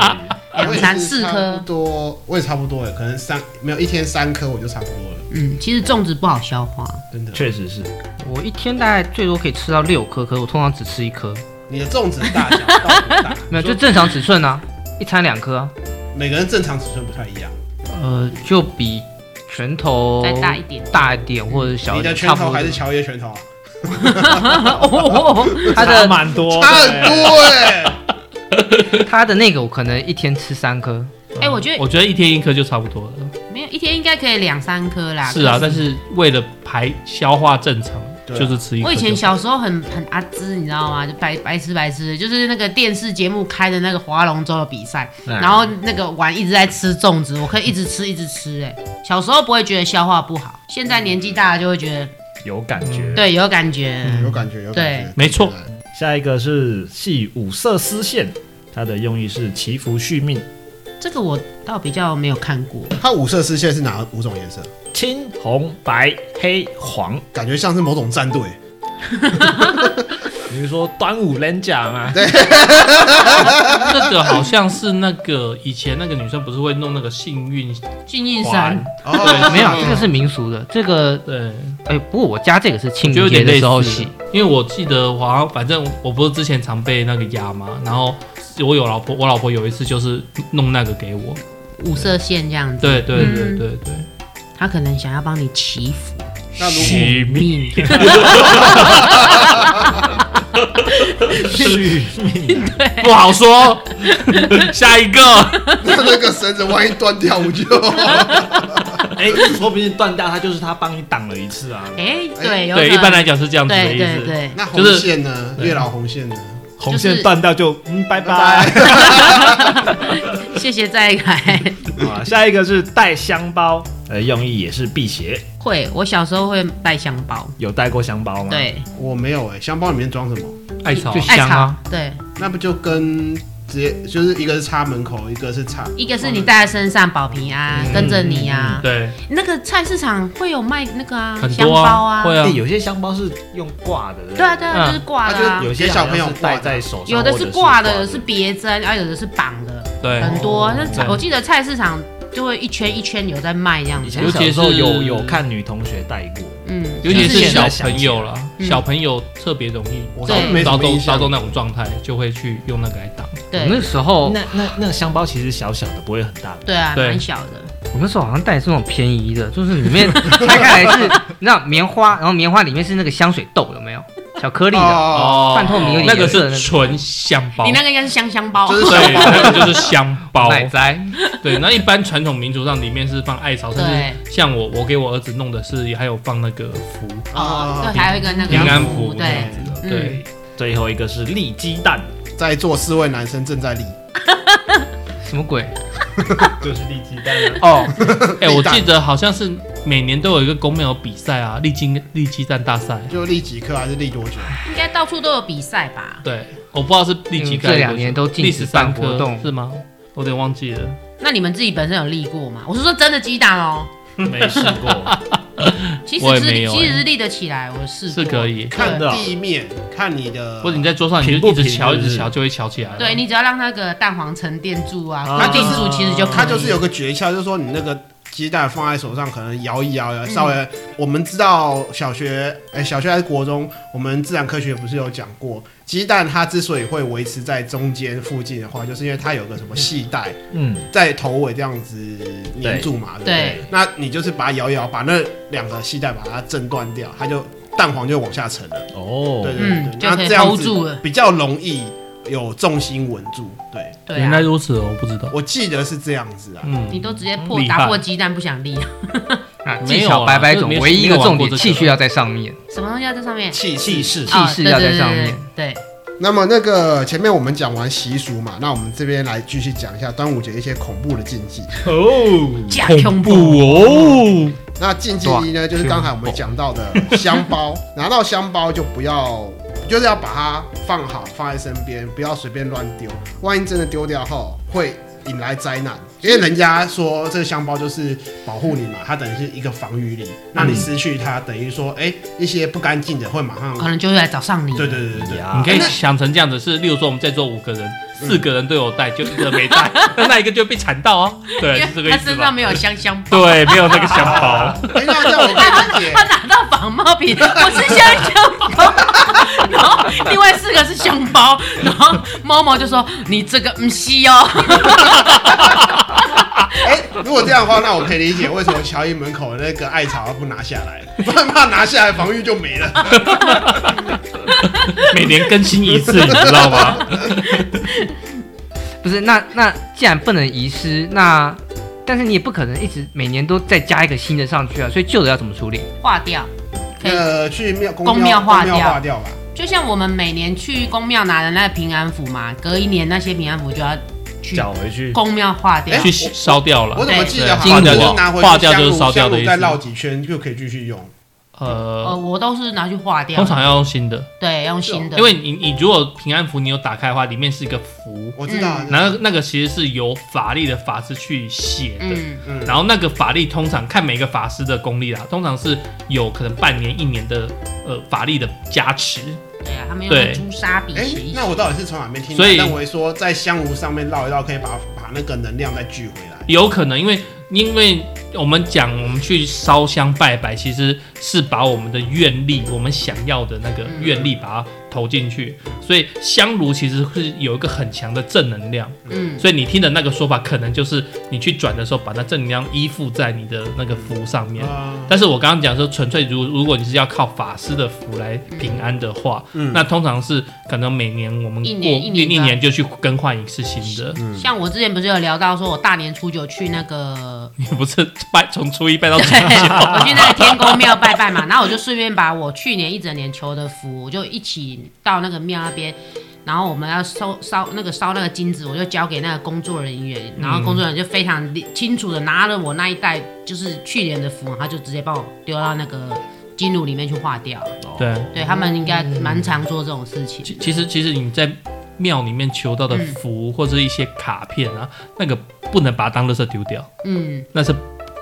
Speaker 2: 两
Speaker 3: 我也
Speaker 2: 餐
Speaker 3: 是
Speaker 2: 四
Speaker 3: 差
Speaker 2: 颗
Speaker 3: 不。多，我也差不多哎，可能三没有一天三颗我就差不多了，
Speaker 2: 嗯，其实粽子不好消化，
Speaker 3: 真的。
Speaker 5: 确实是，
Speaker 4: 我一天大概最多可以吃到六颗，可是我通常只吃一颗，
Speaker 3: 你的粽子大小到多大？
Speaker 4: 没有就正常尺寸啊，一餐两颗啊，
Speaker 3: 每个人正常尺寸不太一样，
Speaker 4: 呃，就比拳头
Speaker 2: 再大一点。
Speaker 4: 哦大一点或者小
Speaker 3: 你
Speaker 4: 一
Speaker 3: 的
Speaker 4: 点，
Speaker 3: 拳
Speaker 4: 差不
Speaker 3: 头
Speaker 4: 多
Speaker 3: 还是乔爷拳头啊？
Speaker 2: 哦，
Speaker 4: 它
Speaker 5: 差
Speaker 4: 的
Speaker 5: 蛮多，
Speaker 3: 差很
Speaker 5: 哦对
Speaker 3: 多哎，
Speaker 4: 它的那个我可能一天吃三颗，
Speaker 2: 哎，我觉得
Speaker 1: 我觉得一天一颗就差不多了。
Speaker 2: 没有一天应该可以两三颗啦。
Speaker 1: 是啊，
Speaker 2: 可
Speaker 1: 但是为了排消化正常，
Speaker 6: 对啊
Speaker 1: 就是吃一颗就好。
Speaker 2: 我以前小时候很很阿兹，你知道吗？就白白吃白吃，就是那个电视节目开的那个划龙舟的比赛，
Speaker 1: 嗯
Speaker 5: 哎
Speaker 2: 然后那个碗一直在吃粽子，我可以一直吃一直吃、哎，小时候不会觉得消化不好，现在年纪大了就会觉
Speaker 1: 嗯
Speaker 2: 得
Speaker 5: 有感觉。
Speaker 2: 对有感觉。
Speaker 3: 嗯有感觉，有感觉
Speaker 1: 对，没错
Speaker 3: 对。
Speaker 5: 下一个是系五色丝线，它的用意是祈福续命。
Speaker 2: 这个我倒比较没有看过，
Speaker 3: 它五色丝线是哪五种颜色？
Speaker 5: 青、红、白、黑、黄，
Speaker 3: 感觉像是某种战队，
Speaker 5: 比如说端午 r a n 嘛，
Speaker 1: 这个好像是那个以前那个女生不是会弄那个幸运
Speaker 2: 俊逸
Speaker 1: 环
Speaker 2: 神，
Speaker 3: 哦，
Speaker 4: 没有，啊这个是民 俗的。这个，
Speaker 1: 对，
Speaker 4: 哎、不过我家这个是清
Speaker 1: 就有
Speaker 4: 明节
Speaker 1: 点类
Speaker 4: 的时候
Speaker 1: 似
Speaker 4: 洗。，
Speaker 1: 因为我记得我好像反正我不是之前常被那个压嘛，然后我有老婆，我老婆有一次就是弄那个给我，
Speaker 2: 五色线这样子，
Speaker 1: 对对对
Speaker 2: 嗯
Speaker 1: 对对，
Speaker 2: 他可能想要帮你祈福
Speaker 6: 那如果
Speaker 1: 续命，
Speaker 5: 续命。
Speaker 1: 不好说，下一个
Speaker 3: 那那个绳子万一断掉，我就
Speaker 5: 哎，说不定断掉，它就是它帮你挡了一次啊。
Speaker 2: 哎、对，
Speaker 3: 哎，
Speaker 2: 有可
Speaker 1: 对，
Speaker 2: 能
Speaker 1: 一般来讲是这样子的
Speaker 2: 对
Speaker 1: 意
Speaker 2: 对
Speaker 1: 思，
Speaker 2: 对
Speaker 3: 那红线呢？月老红线呢？
Speaker 5: 红线断掉就嗯拜拜。
Speaker 2: 谢谢再来。
Speaker 5: 啊，下一个是带香包， 呃，用意也是辟邪。
Speaker 2: 会，我小时候会带香包，
Speaker 5: 有带过香包吗？，
Speaker 2: 对，
Speaker 3: 我没有哎，香包里面装什么？
Speaker 1: 艾草
Speaker 4: 就
Speaker 2: 艾
Speaker 4: 香
Speaker 2: 草
Speaker 4: 啊，
Speaker 2: 对，
Speaker 3: 那不就跟直接就是一个是插门口，一个是插，
Speaker 2: 一个是你带在身上保平安，
Speaker 3: 嗯
Speaker 2: 跟着你啊。
Speaker 1: 嗯对，
Speaker 2: 那个菜市场会有卖那个啊，
Speaker 1: 很
Speaker 2: 香
Speaker 1: 多
Speaker 2: 包
Speaker 1: 啊，
Speaker 2: 啊，
Speaker 1: 会
Speaker 5: 哎
Speaker 1: 啊，
Speaker 3: 嗯
Speaker 5: 有些香包是用挂的，不
Speaker 2: 对啊，对啊，
Speaker 4: 嗯
Speaker 2: 就是挂的啊
Speaker 3: 它就。
Speaker 5: 有些
Speaker 3: 给小朋友
Speaker 5: 好像是戴在手上，
Speaker 2: 有的
Speaker 5: 或者
Speaker 2: 是
Speaker 5: 是
Speaker 2: 挂的，有的
Speaker 5: 挂
Speaker 2: 是别针，然后有的是绑的，
Speaker 1: 对，哦
Speaker 2: 很多。啊那菜
Speaker 1: 对
Speaker 2: 我记得菜市场就会一圈一圈有在卖这样
Speaker 5: 以
Speaker 2: 子啊
Speaker 5: 前。
Speaker 1: 尤
Speaker 5: 小
Speaker 1: 其
Speaker 5: 时候
Speaker 1: 是
Speaker 5: 有有看女同学戴过，
Speaker 2: 嗯，
Speaker 1: 尤其
Speaker 2: 就是是
Speaker 1: 小朋友啦，
Speaker 2: 嗯
Speaker 1: 小朋友特别容易
Speaker 3: 我
Speaker 2: 对
Speaker 3: 倒是嗯没什
Speaker 1: 遭
Speaker 3: 么
Speaker 1: 到
Speaker 3: 印
Speaker 1: 遭到
Speaker 3: 象。
Speaker 1: 那种状态，就会去用那个来挡。
Speaker 4: 我
Speaker 2: 对
Speaker 4: 那时
Speaker 2: 哦
Speaker 4: 候，
Speaker 5: 那那那个香包其实小小的，不会很大的。
Speaker 2: 对啊，
Speaker 1: 对
Speaker 2: 蛮小的。
Speaker 4: 我那时候好像带的是那种便宜的，就是 里面拆开来是，你知道棉花，然后棉花里面是那个香水豆，有没有？巧克力的，
Speaker 3: 哦，
Speaker 4: 饭后米有点
Speaker 1: 那个
Speaker 4: 颜色的那
Speaker 1: 是
Speaker 4: 个
Speaker 1: 纯香包
Speaker 2: 你。那个应该是香香包
Speaker 3: 就，是
Speaker 1: 对，那个就是香 包。
Speaker 4: 奶摘，
Speaker 1: 对，那一般传统民族上里面是放艾草，甚
Speaker 2: 对
Speaker 1: 至像我，我给我儿子弄的是还有放那个符，啊
Speaker 2: 哦，
Speaker 3: 哦
Speaker 2: 对，还有一个那个
Speaker 1: 平安符
Speaker 2: 符，
Speaker 1: 这样
Speaker 2: 对，
Speaker 1: 子的。
Speaker 2: 嗯
Speaker 1: 对，
Speaker 5: 最后一个是立鸡蛋，
Speaker 3: 在座四位男生正在立，
Speaker 4: 什么鬼？
Speaker 5: 就是立鸡蛋、啊
Speaker 4: 哦，
Speaker 1: 哎，我记得好像是每年都有一个公庙有比赛啊，立金立鸡蛋大赛。
Speaker 3: 就立几颗还是立多久？
Speaker 2: 应该到处都有比赛吧？
Speaker 1: 对，我不知道是立几
Speaker 4: 嗯
Speaker 1: 颗，
Speaker 4: 这两年都禁
Speaker 1: 立
Speaker 4: 止
Speaker 1: 十三
Speaker 4: 办活
Speaker 1: 颗
Speaker 4: 动
Speaker 1: 是吗？我有点忘记了。
Speaker 2: 那你们自己本身有立过吗？我是说真的鸡蛋哦，
Speaker 5: 没试过，
Speaker 2: 其
Speaker 1: 我也
Speaker 2: 实是
Speaker 1: 没有
Speaker 2: 其实
Speaker 1: 哎
Speaker 2: 是立得起来，我试
Speaker 1: 是
Speaker 2: 过
Speaker 1: 可以
Speaker 3: 看
Speaker 5: 真的哦
Speaker 3: 地面，看你的，
Speaker 1: 或者你在桌上你
Speaker 5: 平
Speaker 1: 就
Speaker 5: 不
Speaker 1: 一直
Speaker 5: 平
Speaker 1: 瞧，
Speaker 5: 是
Speaker 1: 一
Speaker 5: 不
Speaker 1: 直
Speaker 5: 是
Speaker 1: 瞧就会瞧起来了。
Speaker 2: 对你只要让那个蛋黄沉淀住啊，
Speaker 5: 啊
Speaker 2: 固定住其实就可以
Speaker 3: 它就是有个诀窍，就是说你那个鸡蛋放在手上，可能摇一摇，稍
Speaker 2: 嗯
Speaker 3: 微。我们知道小学，哎、小学还是国中，我们自然科学不是有讲过，鸡蛋它之所以会维持在中间附近的话，就是因为它有个什么系带
Speaker 5: 嗯，
Speaker 3: 在头尾这样子粘住嘛，对不对？
Speaker 2: 对
Speaker 3: 那你就是把它摇一摇，把那两个系带把它震断掉，它就蛋黄就往下沉了。
Speaker 5: 哦
Speaker 3: 对对对，
Speaker 2: 嗯，就
Speaker 3: 那
Speaker 2: 可以
Speaker 3: 这样
Speaker 2: hold
Speaker 3: 子
Speaker 2: 住了。
Speaker 3: 比较容易有重心稳住。对，
Speaker 2: 对
Speaker 1: 原来
Speaker 2: 啊，
Speaker 1: 如此哦，我不知道。
Speaker 3: 我记得是这样子啊。
Speaker 1: 嗯
Speaker 2: 你都直接破
Speaker 1: 厉害
Speaker 2: 打破鸡蛋不想立，
Speaker 4: 啊，
Speaker 1: 没有啊
Speaker 4: 技巧百百
Speaker 1: 这
Speaker 4: 种
Speaker 1: 没，有
Speaker 4: 唯一一
Speaker 1: 没
Speaker 4: 个
Speaker 1: 有玩
Speaker 4: 重
Speaker 1: 过
Speaker 4: 点
Speaker 1: 这个
Speaker 4: 气需要在上面，
Speaker 2: 什么东西要在上面？
Speaker 3: 气
Speaker 5: 气势
Speaker 4: 气势要在上面
Speaker 2: 哦。对对对对对
Speaker 3: 那么那个前面我们讲完习俗嘛，那我们这边来继续讲一下端午节一些恐怖的禁忌。
Speaker 5: 哦，
Speaker 2: 假
Speaker 1: 恐怖哦！
Speaker 3: 那禁忌一呢，就是刚才我们讲到的 香包，拿到香包就不要，就是要把它放好，放在身边，不要随便乱丢。万一真的丢掉后，会引来灾难。因为人家说这个香包就是保护你嘛，它等于是一个防御力。那你失去它，等于说，哎、一些不干净的会马上
Speaker 2: 可，能就会来找上你。
Speaker 3: 对对对对对，
Speaker 1: 你
Speaker 5: 呀，
Speaker 1: 可以想成这样子是，例如说我们在座五个人，
Speaker 2: 嗯
Speaker 1: 四个人都有带，就一个没 带，那那一个就被缠到哦。对，是这个
Speaker 2: 因为
Speaker 1: 意
Speaker 2: 他
Speaker 1: 思
Speaker 2: 身上
Speaker 1: 吧？
Speaker 2: 没有香香包，
Speaker 1: 对，没有那个香包，
Speaker 3: 哎、那这样我可以理解。
Speaker 2: 他拿到仿冒品，我是香香包，然后另外四个是香包，然后猫猫就说你这个唔吸哦，
Speaker 3: 哎、如果这样的话，那我可以理解为什么乔伊门口的那个艾草不拿下来， 不然怕拿下来防御就没了。
Speaker 1: 每年更新一次，你知道吗？
Speaker 4: 不是，那那既然不能遗失，那但是你也不可能一直每年都再加一个新的上去啊，所以旧的要怎么处理？
Speaker 2: 化掉。可以
Speaker 3: 呃，去庙公
Speaker 2: 公庙化
Speaker 3: 公
Speaker 2: 掉
Speaker 3: 化掉吧。
Speaker 2: 就像我们每年去公庙拿的那个平安符嘛，隔一年那些平安符就要去
Speaker 5: 缴回去。
Speaker 2: 公庙化掉
Speaker 3: 哎。
Speaker 1: 去烧掉
Speaker 3: 我
Speaker 1: 了。
Speaker 3: 怎么记得好
Speaker 1: 对
Speaker 3: 像
Speaker 1: 对
Speaker 3: 就是拿回去
Speaker 1: 化掉就
Speaker 3: 香
Speaker 1: 是
Speaker 3: 炉
Speaker 1: 烧掉的
Speaker 3: 香炉
Speaker 1: 意
Speaker 3: 再
Speaker 1: 思
Speaker 3: 绕几圈就可以继续用。
Speaker 2: 呃，
Speaker 1: 呃，
Speaker 2: 我都是拿去化掉
Speaker 1: 通，常要用新的，
Speaker 2: 对，用新的，
Speaker 1: 因为你你如果平安符你有打开的话，里面是一个符，
Speaker 3: 我知道啊，
Speaker 1: 然后那个其实是由法力的法师去写的。
Speaker 2: 嗯，
Speaker 3: 嗯，
Speaker 1: 然后那个法力通常看每个法师的功力啦，通常是有可能半年一年的呃法力的加持，
Speaker 2: 对啊，他们
Speaker 1: 对
Speaker 2: 用朱砂笔
Speaker 3: 哎、
Speaker 2: 写一写
Speaker 3: 那我到底是从哪边听到？
Speaker 1: 所以
Speaker 3: 认为说在香炉上面绕一绕，可以把把那个能量再聚回来。
Speaker 1: 有可能因为因为我们讲我们去烧香拜拜，其实是把我们的愿力，我们想要的那个
Speaker 2: 嗯
Speaker 1: 愿力把它投进去，所以香炉其实是有一个很强的正能量，
Speaker 2: 嗯，
Speaker 1: 所以你听的那个说法可能就是你去转的时候把那正能量依附在你的那个符上面。
Speaker 3: 啊、
Speaker 1: 但是我刚刚讲说，纯粹如如果你是要靠法师的福来平安的话，
Speaker 3: 嗯
Speaker 1: 那通常是可能每年我们过
Speaker 2: 一年一年吧
Speaker 1: 一年就去更换一次新的，
Speaker 2: 像我之前不是有聊到说，我大年初九去那 个，
Speaker 1: 你不是拜从初一拜到初
Speaker 2: 对，
Speaker 1: 九，
Speaker 2: 我去那个天公庙拜拜嘛，然后我就顺便把我去年一整年求的福，我就一起到那个庙那边。然后我们要烧烧那个烧那个金子，我就交给那个工作人员，然后工作人员就非常清楚的拿了我那一袋就是去年的符，他就直接帮我丢到那个金炉里面去化掉。
Speaker 1: 对。
Speaker 2: 对他们应该蛮常做这种事情。
Speaker 1: 其其实其实你在庙里面求到的符或者一些卡片啊，那个不能把它当垃圾丢掉，
Speaker 2: 嗯
Speaker 1: 那是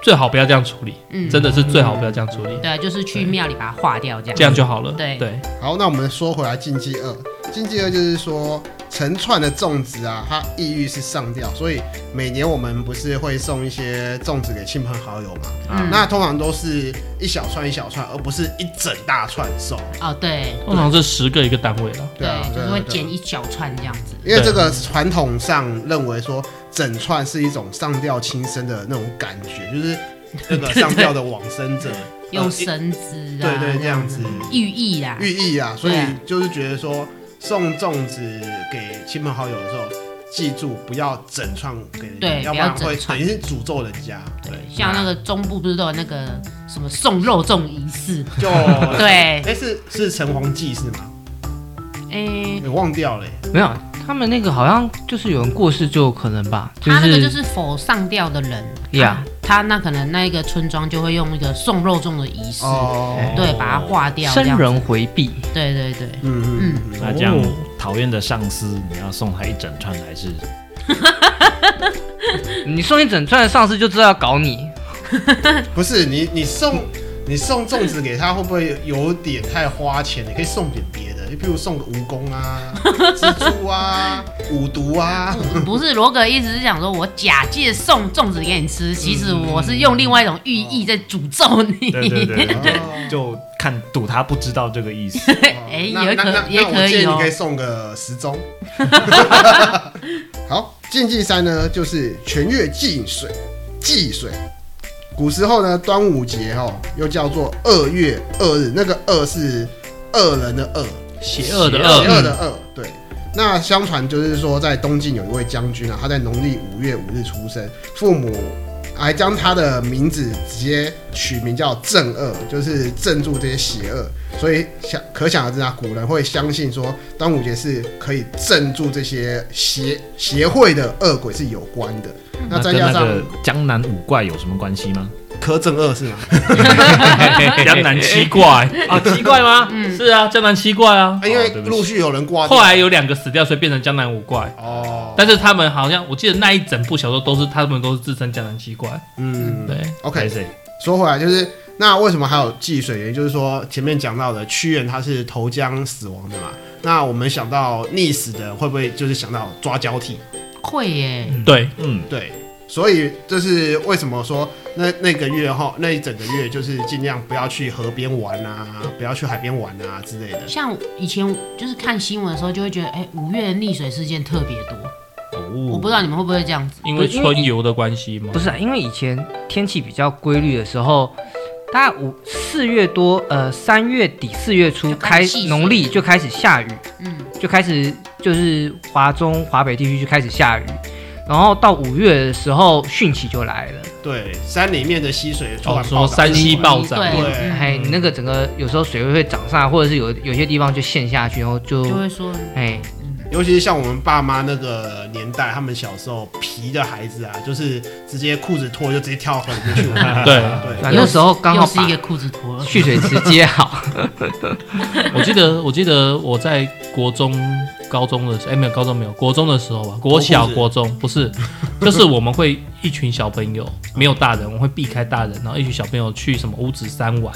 Speaker 1: 最好不要这样处理，
Speaker 2: 嗯，
Speaker 1: 真的是最好不要这样处理，
Speaker 2: 对，啊就是去庙里把它化掉这样。
Speaker 1: 这样就好了。
Speaker 2: 对
Speaker 1: 对，
Speaker 3: 好，那我们说回来禁忌二，禁忌二就是说成串的粽子啊，它意欲是上吊，所以每年我们不是会送一些粽子给亲朋好友嘛？
Speaker 2: 嗯
Speaker 3: 那通常都是一小串一小串，而不是一整大串送。
Speaker 2: 哦，对
Speaker 1: 通常是十个一个单位了。
Speaker 3: 对啊，
Speaker 2: 就是
Speaker 3: 对啊
Speaker 2: 会
Speaker 3: 对啊
Speaker 2: 剪一小串这样子。
Speaker 3: 因为这个传统上认为说，整串是一种上吊轻生的那种感觉，就是 那个上吊的往生者呃
Speaker 2: 用
Speaker 3: 神
Speaker 2: 绳子啊，
Speaker 3: 对对这样子
Speaker 2: 寓意啦，
Speaker 3: 寓意啊，所以
Speaker 2: 对啊
Speaker 3: 就是觉得说送粽子给亲朋好友的时候，记住不要整串给人家，
Speaker 2: 对
Speaker 3: 要不
Speaker 2: 不
Speaker 3: 然
Speaker 2: 要整
Speaker 3: 会等
Speaker 2: 串
Speaker 3: 于是诅咒人家，
Speaker 2: 对，像那个中部不是都有那个什么送肉粽仪式？
Speaker 3: 就
Speaker 2: 对，
Speaker 3: 哎是是城隍祭是吗？
Speaker 2: 诶，
Speaker 3: 你忘掉了欸，
Speaker 4: 没有，他们那个好像就是有人过世就有可能吧，就
Speaker 2: 他那个就是是否上吊的人
Speaker 4: Yeah
Speaker 2: 他他那可能那一个村庄就会用一个送肉粽的仪式，
Speaker 3: 哦，
Speaker 2: 对，把它化掉，这
Speaker 4: 生
Speaker 2: 样子
Speaker 4: 人回避，
Speaker 2: 对对对，
Speaker 3: 嗯嗯嗯
Speaker 5: 那这样
Speaker 1: 哦
Speaker 5: 讨厌的上司，你要送他一整串还是？
Speaker 4: 你送一整串的上司就知道要搞你，
Speaker 3: 不是你，你送你送粽子给他，会不会有点太花钱？你可以送点别的，你譬如送个蜈 蚣啊、蜘蛛啊、五毒啊。
Speaker 2: 不不是罗格意思是想说，我假借送粽子给你吃，其实我是用另外一种寓意在诅咒你。
Speaker 5: 对对 对，
Speaker 3: 哦
Speaker 5: 就就看赌他不知道这个意 思。
Speaker 2: 哎
Speaker 3: 那
Speaker 2: 也
Speaker 3: 那
Speaker 2: 可
Speaker 3: 那
Speaker 2: 也
Speaker 3: 那
Speaker 2: 可
Speaker 3: 我
Speaker 2: 以
Speaker 3: 建议你
Speaker 2: 哦
Speaker 3: 可以送个时 钟。好，禁忌三呢，就是全月祭水，祭水。古时候呢，端午节哦，又叫做二月二日，那个二是恶人的恶，
Speaker 1: 邪恶的
Speaker 3: 邪恶
Speaker 1: 恶，
Speaker 3: 的恶，对。那相传就是说，在东晋有一位将军啊，他在农历五月五日出生，父母还将他的名字直接取名叫正恶，就是镇住这些邪恶。所以想可想而知啊，古人会相信说端午节是可以镇住这些邪邪会的恶鬼是有关的。那再
Speaker 5: 跟
Speaker 3: 加
Speaker 5: 嗯那
Speaker 3: 上
Speaker 5: 个江南五怪有什么关系 吗？
Speaker 3: 柯正恶是吗？
Speaker 5: 江南七怪
Speaker 1: 啊，奇怪吗？是啊，江南七怪啊
Speaker 3: 啊。因为
Speaker 5: 哦对不起
Speaker 3: 陆续有人挂掉。
Speaker 1: 后来有两个死掉，所以变成江南五怪。
Speaker 3: 哦，
Speaker 1: 但是他们好像，我记得那一整部小说都是他们都是自称江南七怪。
Speaker 3: 嗯
Speaker 1: 对，
Speaker 3: ，OK，
Speaker 5: 谁谁
Speaker 3: 说回来，就是那为什么还有祭水？也就是说前面讲到的屈原他是投江死亡的嘛。那我们想到溺死的，会不会就是想到抓交替？
Speaker 2: 会耶，
Speaker 1: 对，
Speaker 5: 嗯，
Speaker 3: 对，所以这是为什么说那那个月哈，那一整个月就是尽量不要去河边玩啊，不要去海边玩啊之类的。
Speaker 2: 像以前就是看新闻的时候，就会觉得，哎、五月的溺水事件特别多。
Speaker 4: 嗯
Speaker 2: 我
Speaker 5: 哦
Speaker 2: 不知道你们会不会这样子，
Speaker 1: 因为春游的关系嘛
Speaker 4: 不。是啊，因为以前天气比较规律的时候，大概五四月多，呃，三月底四月初
Speaker 2: 就
Speaker 4: 开
Speaker 2: 开始细水
Speaker 4: 农历就开始下雨，
Speaker 2: 嗯，
Speaker 4: 就开始就是华中华北地区就开始下雨。然后到五月的时候汛期就来了。
Speaker 6: 对，山里面的溪水出
Speaker 1: 哦，
Speaker 6: 来
Speaker 1: 说山西暴涨，
Speaker 2: 对嗯
Speaker 6: 对
Speaker 4: 哎，你那个整个有时候水位会涨上来，或者是有有些地方就陷下去，然后就
Speaker 2: 就会说
Speaker 4: 哎，
Speaker 6: 尤其是像我们爸妈那个年代，他们小时候皮的孩子啊，就是直接裤子脱就直接跳河里面去玩。
Speaker 1: 对
Speaker 4: 反
Speaker 6: 对，
Speaker 4: 正那时候刚好
Speaker 2: 又是一个
Speaker 4: 把
Speaker 2: 裤子脱了，
Speaker 4: 蓄水池 接好，
Speaker 1: 我记得，我记得我在国中、高中的时候，哎、没有高中没有，国中的时候吧，国小、
Speaker 6: 脱裤子
Speaker 1: 国中不是，就是我们会一群小朋友，没有大人，我们会避开大人，然后一群小朋友去什么五指山玩，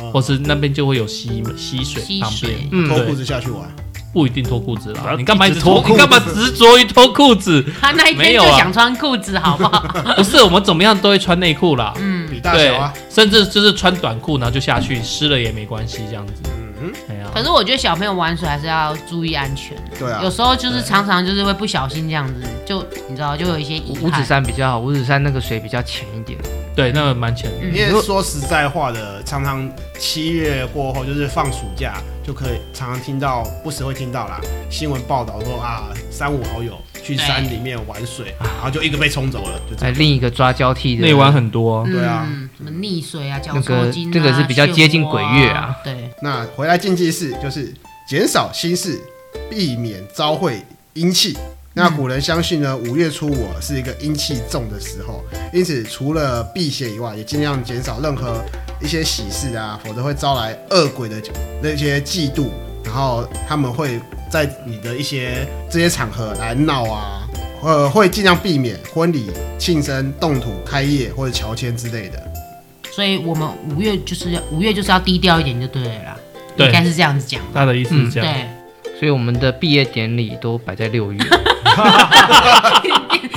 Speaker 6: 嗯
Speaker 1: 或是那边就会有溪溪水
Speaker 2: 溪水
Speaker 1: 旁边，
Speaker 4: 嗯，
Speaker 6: 脱
Speaker 1: 对
Speaker 6: 裤子下去玩。
Speaker 1: 不一定脱裤子
Speaker 5: 不
Speaker 1: 啦
Speaker 5: 要，
Speaker 1: 你干嘛一直
Speaker 5: 一
Speaker 1: 脱
Speaker 5: 直脱？裤
Speaker 1: 你
Speaker 5: 子
Speaker 1: 干嘛执着于脱裤子？
Speaker 2: 他那一
Speaker 1: 没
Speaker 2: 天
Speaker 1: 有
Speaker 2: 就
Speaker 1: 啊
Speaker 2: 想穿裤子，好不好？
Speaker 1: 不是，我们怎么样都会穿内裤啦。
Speaker 2: 嗯，
Speaker 6: 比大
Speaker 1: 对
Speaker 6: 小啊，，
Speaker 1: 甚至就是穿短裤，然后就下去，湿了也没关系，这样子。
Speaker 6: 嗯
Speaker 1: 哎呀，
Speaker 2: 可是我觉得小朋友玩水还是要注意安全，
Speaker 3: 对啊
Speaker 2: 有，时候就是常常就是会不小心这样子，就你知道就有一些遗
Speaker 4: 五五指
Speaker 2: 憾。
Speaker 4: 山比较好，五指山那个水比较浅一点，
Speaker 1: 对，那个蛮浅的。
Speaker 2: 嗯
Speaker 6: 因为说实在话的，常常七月过后就是放暑假，就可以常常听到，不时会听到啦，新闻报道说啊，三五好友去山里面玩水，然后就一个被冲走了，就这
Speaker 4: 哎，
Speaker 6: 样。
Speaker 4: 另一个抓交替的
Speaker 1: 内湾很多，
Speaker 2: 嗯
Speaker 6: 对啊，
Speaker 2: 什么溺水啊，脚
Speaker 4: 那个
Speaker 2: 抽筋啊，
Speaker 4: 这个是比较接近鬼月啊
Speaker 2: 漩涡。对，
Speaker 3: 那回来禁忌是就是减少心事，避免招会阴气。那古人相信呢，五月初五是一个阴气重的时候，因此除了避邪以外，也尽量减少任何一些喜事啊，否则会招来恶鬼的那些嫉妒，然后他们会在
Speaker 6: 你的一些
Speaker 3: 这些场合来闹啊，呃，会尽量避免婚礼、庆生、动土、开业或者乔迁之类的。
Speaker 2: 所以我们五月就是要五月就是要低调一点就对了啦，
Speaker 1: 对
Speaker 2: 应该是这样子讲。
Speaker 1: 他的意思是这样。
Speaker 2: 对，
Speaker 4: 所以我们的毕业典礼都摆在 六月，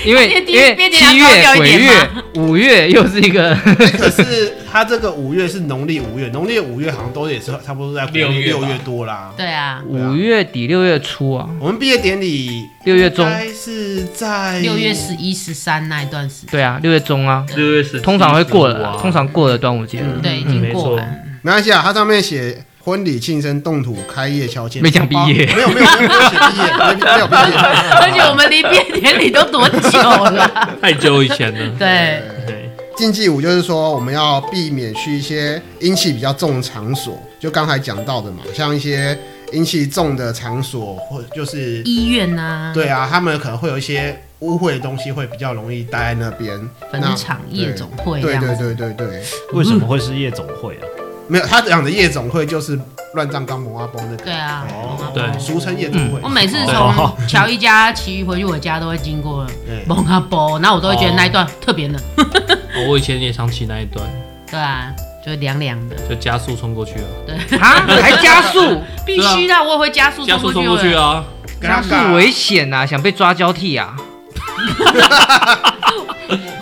Speaker 4: 因为
Speaker 2: 毕
Speaker 4: 因
Speaker 2: 业
Speaker 4: 为
Speaker 2: 典礼
Speaker 4: 七
Speaker 2: 要高
Speaker 4: 月
Speaker 2: 调一
Speaker 4: 鬼
Speaker 2: 点
Speaker 4: 月，五月又是一 个
Speaker 1: 啊
Speaker 6: 可是他这个五月是农历五月，农历五月好像都也是差不多在国
Speaker 1: 六
Speaker 6: 历
Speaker 1: 月吧
Speaker 6: 六月多啦。
Speaker 2: 对啊，
Speaker 4: 五月底六月初啊，
Speaker 6: 我们毕业典礼
Speaker 4: 六月中
Speaker 6: 应，该是在
Speaker 2: 六月十一、十三那一段时间，
Speaker 4: 对啊，六月中啊，
Speaker 1: 六月十，
Speaker 4: 通常会过了
Speaker 1: 15
Speaker 4: 啦，
Speaker 1: 啊
Speaker 4: 通常过了端午节了，
Speaker 2: 对，已
Speaker 1: 嗯
Speaker 2: 经
Speaker 1: 没
Speaker 2: 过
Speaker 1: 错
Speaker 2: 完。
Speaker 3: 没关系啊，它上面写婚礼、庆生、动土、开业、乔迁，
Speaker 4: 没讲毕业
Speaker 3: 哦没有没有没有没有写毕业，没没有毕业。
Speaker 2: 而且我们离毕业典礼都多久 了？
Speaker 1: 太久以前了。
Speaker 2: 对，
Speaker 1: 对，
Speaker 3: 禁忌五就是说，我们要避免去一些阴气比较重的场所，就刚才讲到的嘛，像一些阴气重的场所，或
Speaker 6: 就是
Speaker 2: 医院啊，
Speaker 6: 对啊，他们可能会有一些污秽的东西，会比较容易待在
Speaker 3: 在
Speaker 6: 那
Speaker 3: 那边
Speaker 2: 坟
Speaker 3: 那
Speaker 2: 场夜总会这
Speaker 3: 对
Speaker 2: 样
Speaker 3: 对
Speaker 2: 子。
Speaker 3: 对对对，
Speaker 5: 为什么会是夜总会啊？
Speaker 3: 没有他讲的夜总会就是乱葬岗、摩阿波那个，哦
Speaker 2: 对啊，
Speaker 1: 哦对
Speaker 6: 俗称夜总会。
Speaker 2: 我每次从
Speaker 5: 哦
Speaker 2: 乔伊家骑回去我家都会经过啊
Speaker 6: 对
Speaker 2: 蒙阿波，那我都会觉得那一段特别冷，
Speaker 1: 哦我以前也想起那一段，
Speaker 2: 对啊，就凉凉的，
Speaker 1: 就加速冲过去啊，
Speaker 4: 啊，还加速，
Speaker 2: 必须的，我也会加速
Speaker 1: 加速冲过
Speaker 2: 过
Speaker 1: 去
Speaker 2: 啊，
Speaker 1: 啊，
Speaker 4: 加速危险啊，想被抓交替啊，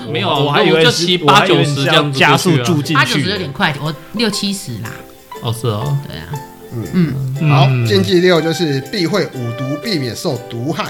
Speaker 1: 没有啊，
Speaker 5: 我还以为
Speaker 1: 就是骑
Speaker 5: 我还
Speaker 1: 八
Speaker 5: 以为
Speaker 1: 九
Speaker 5: 是
Speaker 1: 十这
Speaker 5: 要
Speaker 1: 样子
Speaker 5: 加
Speaker 1: 过
Speaker 5: 速
Speaker 1: 去啊
Speaker 5: 住进
Speaker 2: 八九
Speaker 5: 去
Speaker 2: 十有。点快，我六七十啦，
Speaker 1: 哦，是哦，
Speaker 2: 对啊，
Speaker 3: 好，
Speaker 5: 嗯
Speaker 3: 禁忌六就是避讳五毒，避免受毒害。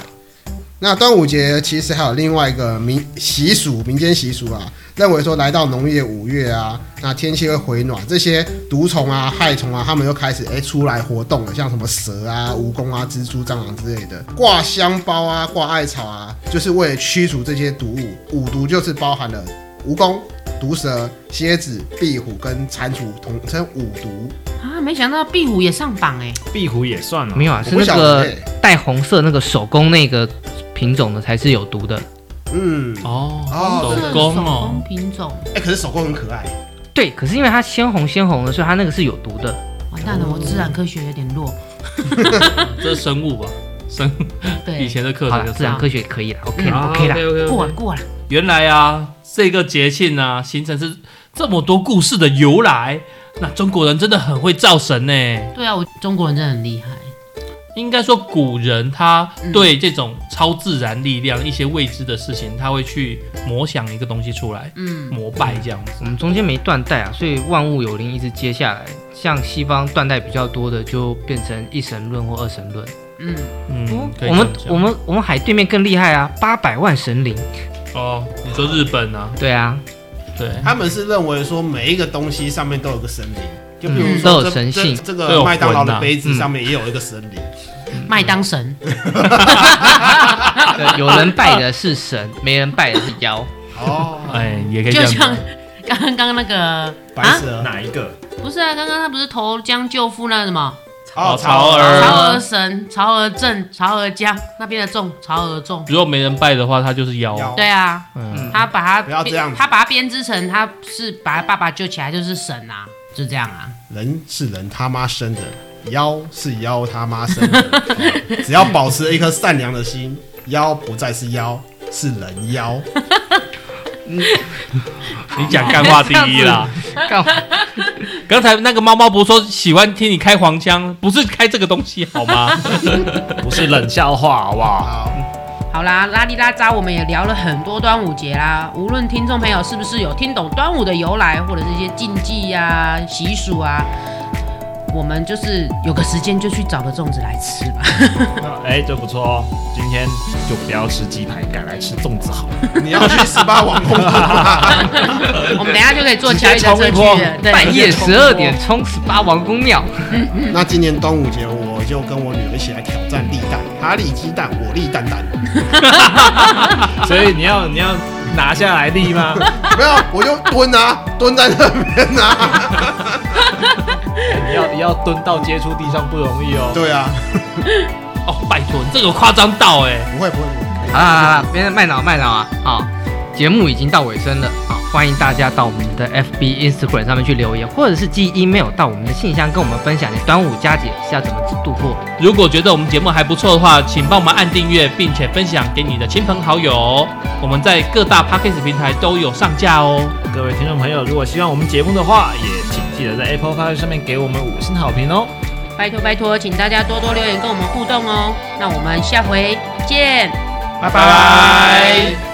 Speaker 3: 那端午节其实还有另外一个民习俗，民间习俗啊，认为说来到农业五月啊，那天气会回暖，这些毒虫啊、害虫啊，它们又开始哎、出来活动了，像什么蛇啊、蜈蚣啊、蜘蛛、蟑螂之类的。挂香包啊、挂艾草啊，就是为了驱除这些毒物。五毒就是包含了蜈蚣、毒蛇、蝎子、壁虎跟蟾蜍，统称五毒。
Speaker 2: 啊，没想到壁虎也上榜哎，
Speaker 5: 壁虎也算了，
Speaker 4: 没有啊，
Speaker 3: 我
Speaker 4: 是
Speaker 3: 不
Speaker 4: 那
Speaker 3: 晓
Speaker 4: 个
Speaker 3: 得欸
Speaker 4: 带红色那个手工那个品种的才是有毒的。
Speaker 3: 嗯，
Speaker 1: 哦
Speaker 3: 哦，
Speaker 2: 这
Speaker 1: 手工
Speaker 2: 手
Speaker 1: 哦
Speaker 2: 工，品种，
Speaker 6: 哎、可是手工很可爱，
Speaker 4: 对，可是因为它鲜红鲜红的，所以它那个是有毒的。
Speaker 2: 完蛋了，我自然科学有点弱，
Speaker 1: 这是生物吧？生以
Speaker 2: 对，
Speaker 1: 前的课
Speaker 4: 好
Speaker 1: 程
Speaker 4: 了，
Speaker 1: 就
Speaker 4: 自
Speaker 5: 啊
Speaker 1: 是
Speaker 4: 然科学可以了，OK
Speaker 1: 啊
Speaker 4: 了，OK 了。
Speaker 1: OK，OK，OK
Speaker 2: 过了过了，
Speaker 1: 原来啊，这个节庆啊，形成是这么多故事的由来。那中国人真的很会造神呢、
Speaker 2: 对啊，我中国人真的很厉害，
Speaker 1: 应该说古人他对这种超自然力量、一些未知的事情，他会去模想一个东西出来，
Speaker 2: 嗯，
Speaker 1: 膜拜这样子。
Speaker 4: 我们中间没断代啊，所以万物有灵一直接下来。像西方断代比较多的，就变成一神论或二神论。哦
Speaker 2: 嗯，
Speaker 1: 嗯，可以
Speaker 4: 我们
Speaker 1: 这样讲
Speaker 4: 我们我们海对面更厉害啊，八百万神灵。
Speaker 1: 哦，你说日本啊，
Speaker 4: 对啊，
Speaker 1: 对，
Speaker 6: 他们是认为说每一个东西上面都有个神灵，就比如
Speaker 4: 嗯都
Speaker 6: 说
Speaker 4: 有
Speaker 6: 这、
Speaker 4: 神
Speaker 6: 这
Speaker 4: 性
Speaker 6: 这
Speaker 1: 都有
Speaker 6: 个
Speaker 1: 魂啊
Speaker 6: 麦当劳的杯子
Speaker 4: 嗯
Speaker 6: 上面也有一个神灵，
Speaker 2: 麦当神，
Speaker 4: 对有人拜的是神，没人拜的是 妖。
Speaker 7: 哦，
Speaker 1: 哎，也可以这
Speaker 2: 就
Speaker 1: 样
Speaker 2: 像
Speaker 1: 讲。
Speaker 2: 刚刚那个
Speaker 3: 白
Speaker 2: 啊，
Speaker 3: 蛇
Speaker 5: 哪一个？
Speaker 2: 不是啊，刚刚他不是投江救父那个什么
Speaker 1: 哦曹儿
Speaker 2: 曹娥神、曹娥镇、曹娥江那边的众曹娥众，
Speaker 1: 如果没人拜的话，他就是妖。
Speaker 3: 妖
Speaker 2: 对啊，
Speaker 1: 嗯，
Speaker 2: 他把他
Speaker 3: 不要这样子
Speaker 2: 他把他编织成他是把他爸爸救起来就是神啊，就这样啊。
Speaker 3: 人是人他妈生的，妖是妖他妈生 的。哦只要保持一颗善良的心，妖不再是妖，是人妖。
Speaker 1: 你讲干话第一 啦。
Speaker 4: 干嘛？
Speaker 1: 刚才那个猫猫不是说喜欢听你开黄腔，不是开这个东西好吗？
Speaker 5: 不是冷笑话，好不好？
Speaker 3: 好，
Speaker 2: 好啦，拉里拉扎，我们也聊了很多端午节啦。无论听众朋友是不是有听懂端午的由来，或者是一些禁忌呀、习俗啊，我们就是有个时间就去找个粽子来吃 吧。
Speaker 5: 哎，这不错哦。今天就不要吃鸡排，改来吃粽子好了。
Speaker 3: 你要去十八王宫吗？
Speaker 2: 我们等一下就可以坐乔伊的车去了，对，
Speaker 4: 半夜十二点冲十八王公庙，
Speaker 3: 那今年端午节，我就跟我女儿一起来挑战立蛋，她立鸡蛋，我立蛋蛋。
Speaker 5: 所以你要你要拿下来立吗？
Speaker 3: 没有，我就蹲啊，蹲在那边 啊。
Speaker 5: 你要你要蹲到接触地上不容易哦。
Speaker 3: 对啊，
Speaker 1: 哦，拜托，你这个夸张到哎、
Speaker 3: 不会不会，不会
Speaker 4: 好啦好啦，别卖脑卖脑啊！好，节目已经到尾声了啊，欢迎大家到我们的 FB、Instagram 上面去留言，或者是寄 email 到我们的信箱，跟我们分享你端午佳节是要怎么度过。
Speaker 1: 如果觉得我们节目还不错的话，请帮忙按订阅，并且分享给你的亲朋好友哦。我们在各大 podcast 平台都有上架哦。
Speaker 5: 各位听众朋友，如果喜欢我们节目的话，也请记得在 Apple Podcast 上面给我们五星好评哦。
Speaker 2: 拜托拜托，请大家多多留言跟我们互动哦。那我们下回见。
Speaker 5: 拜
Speaker 1: 拜拜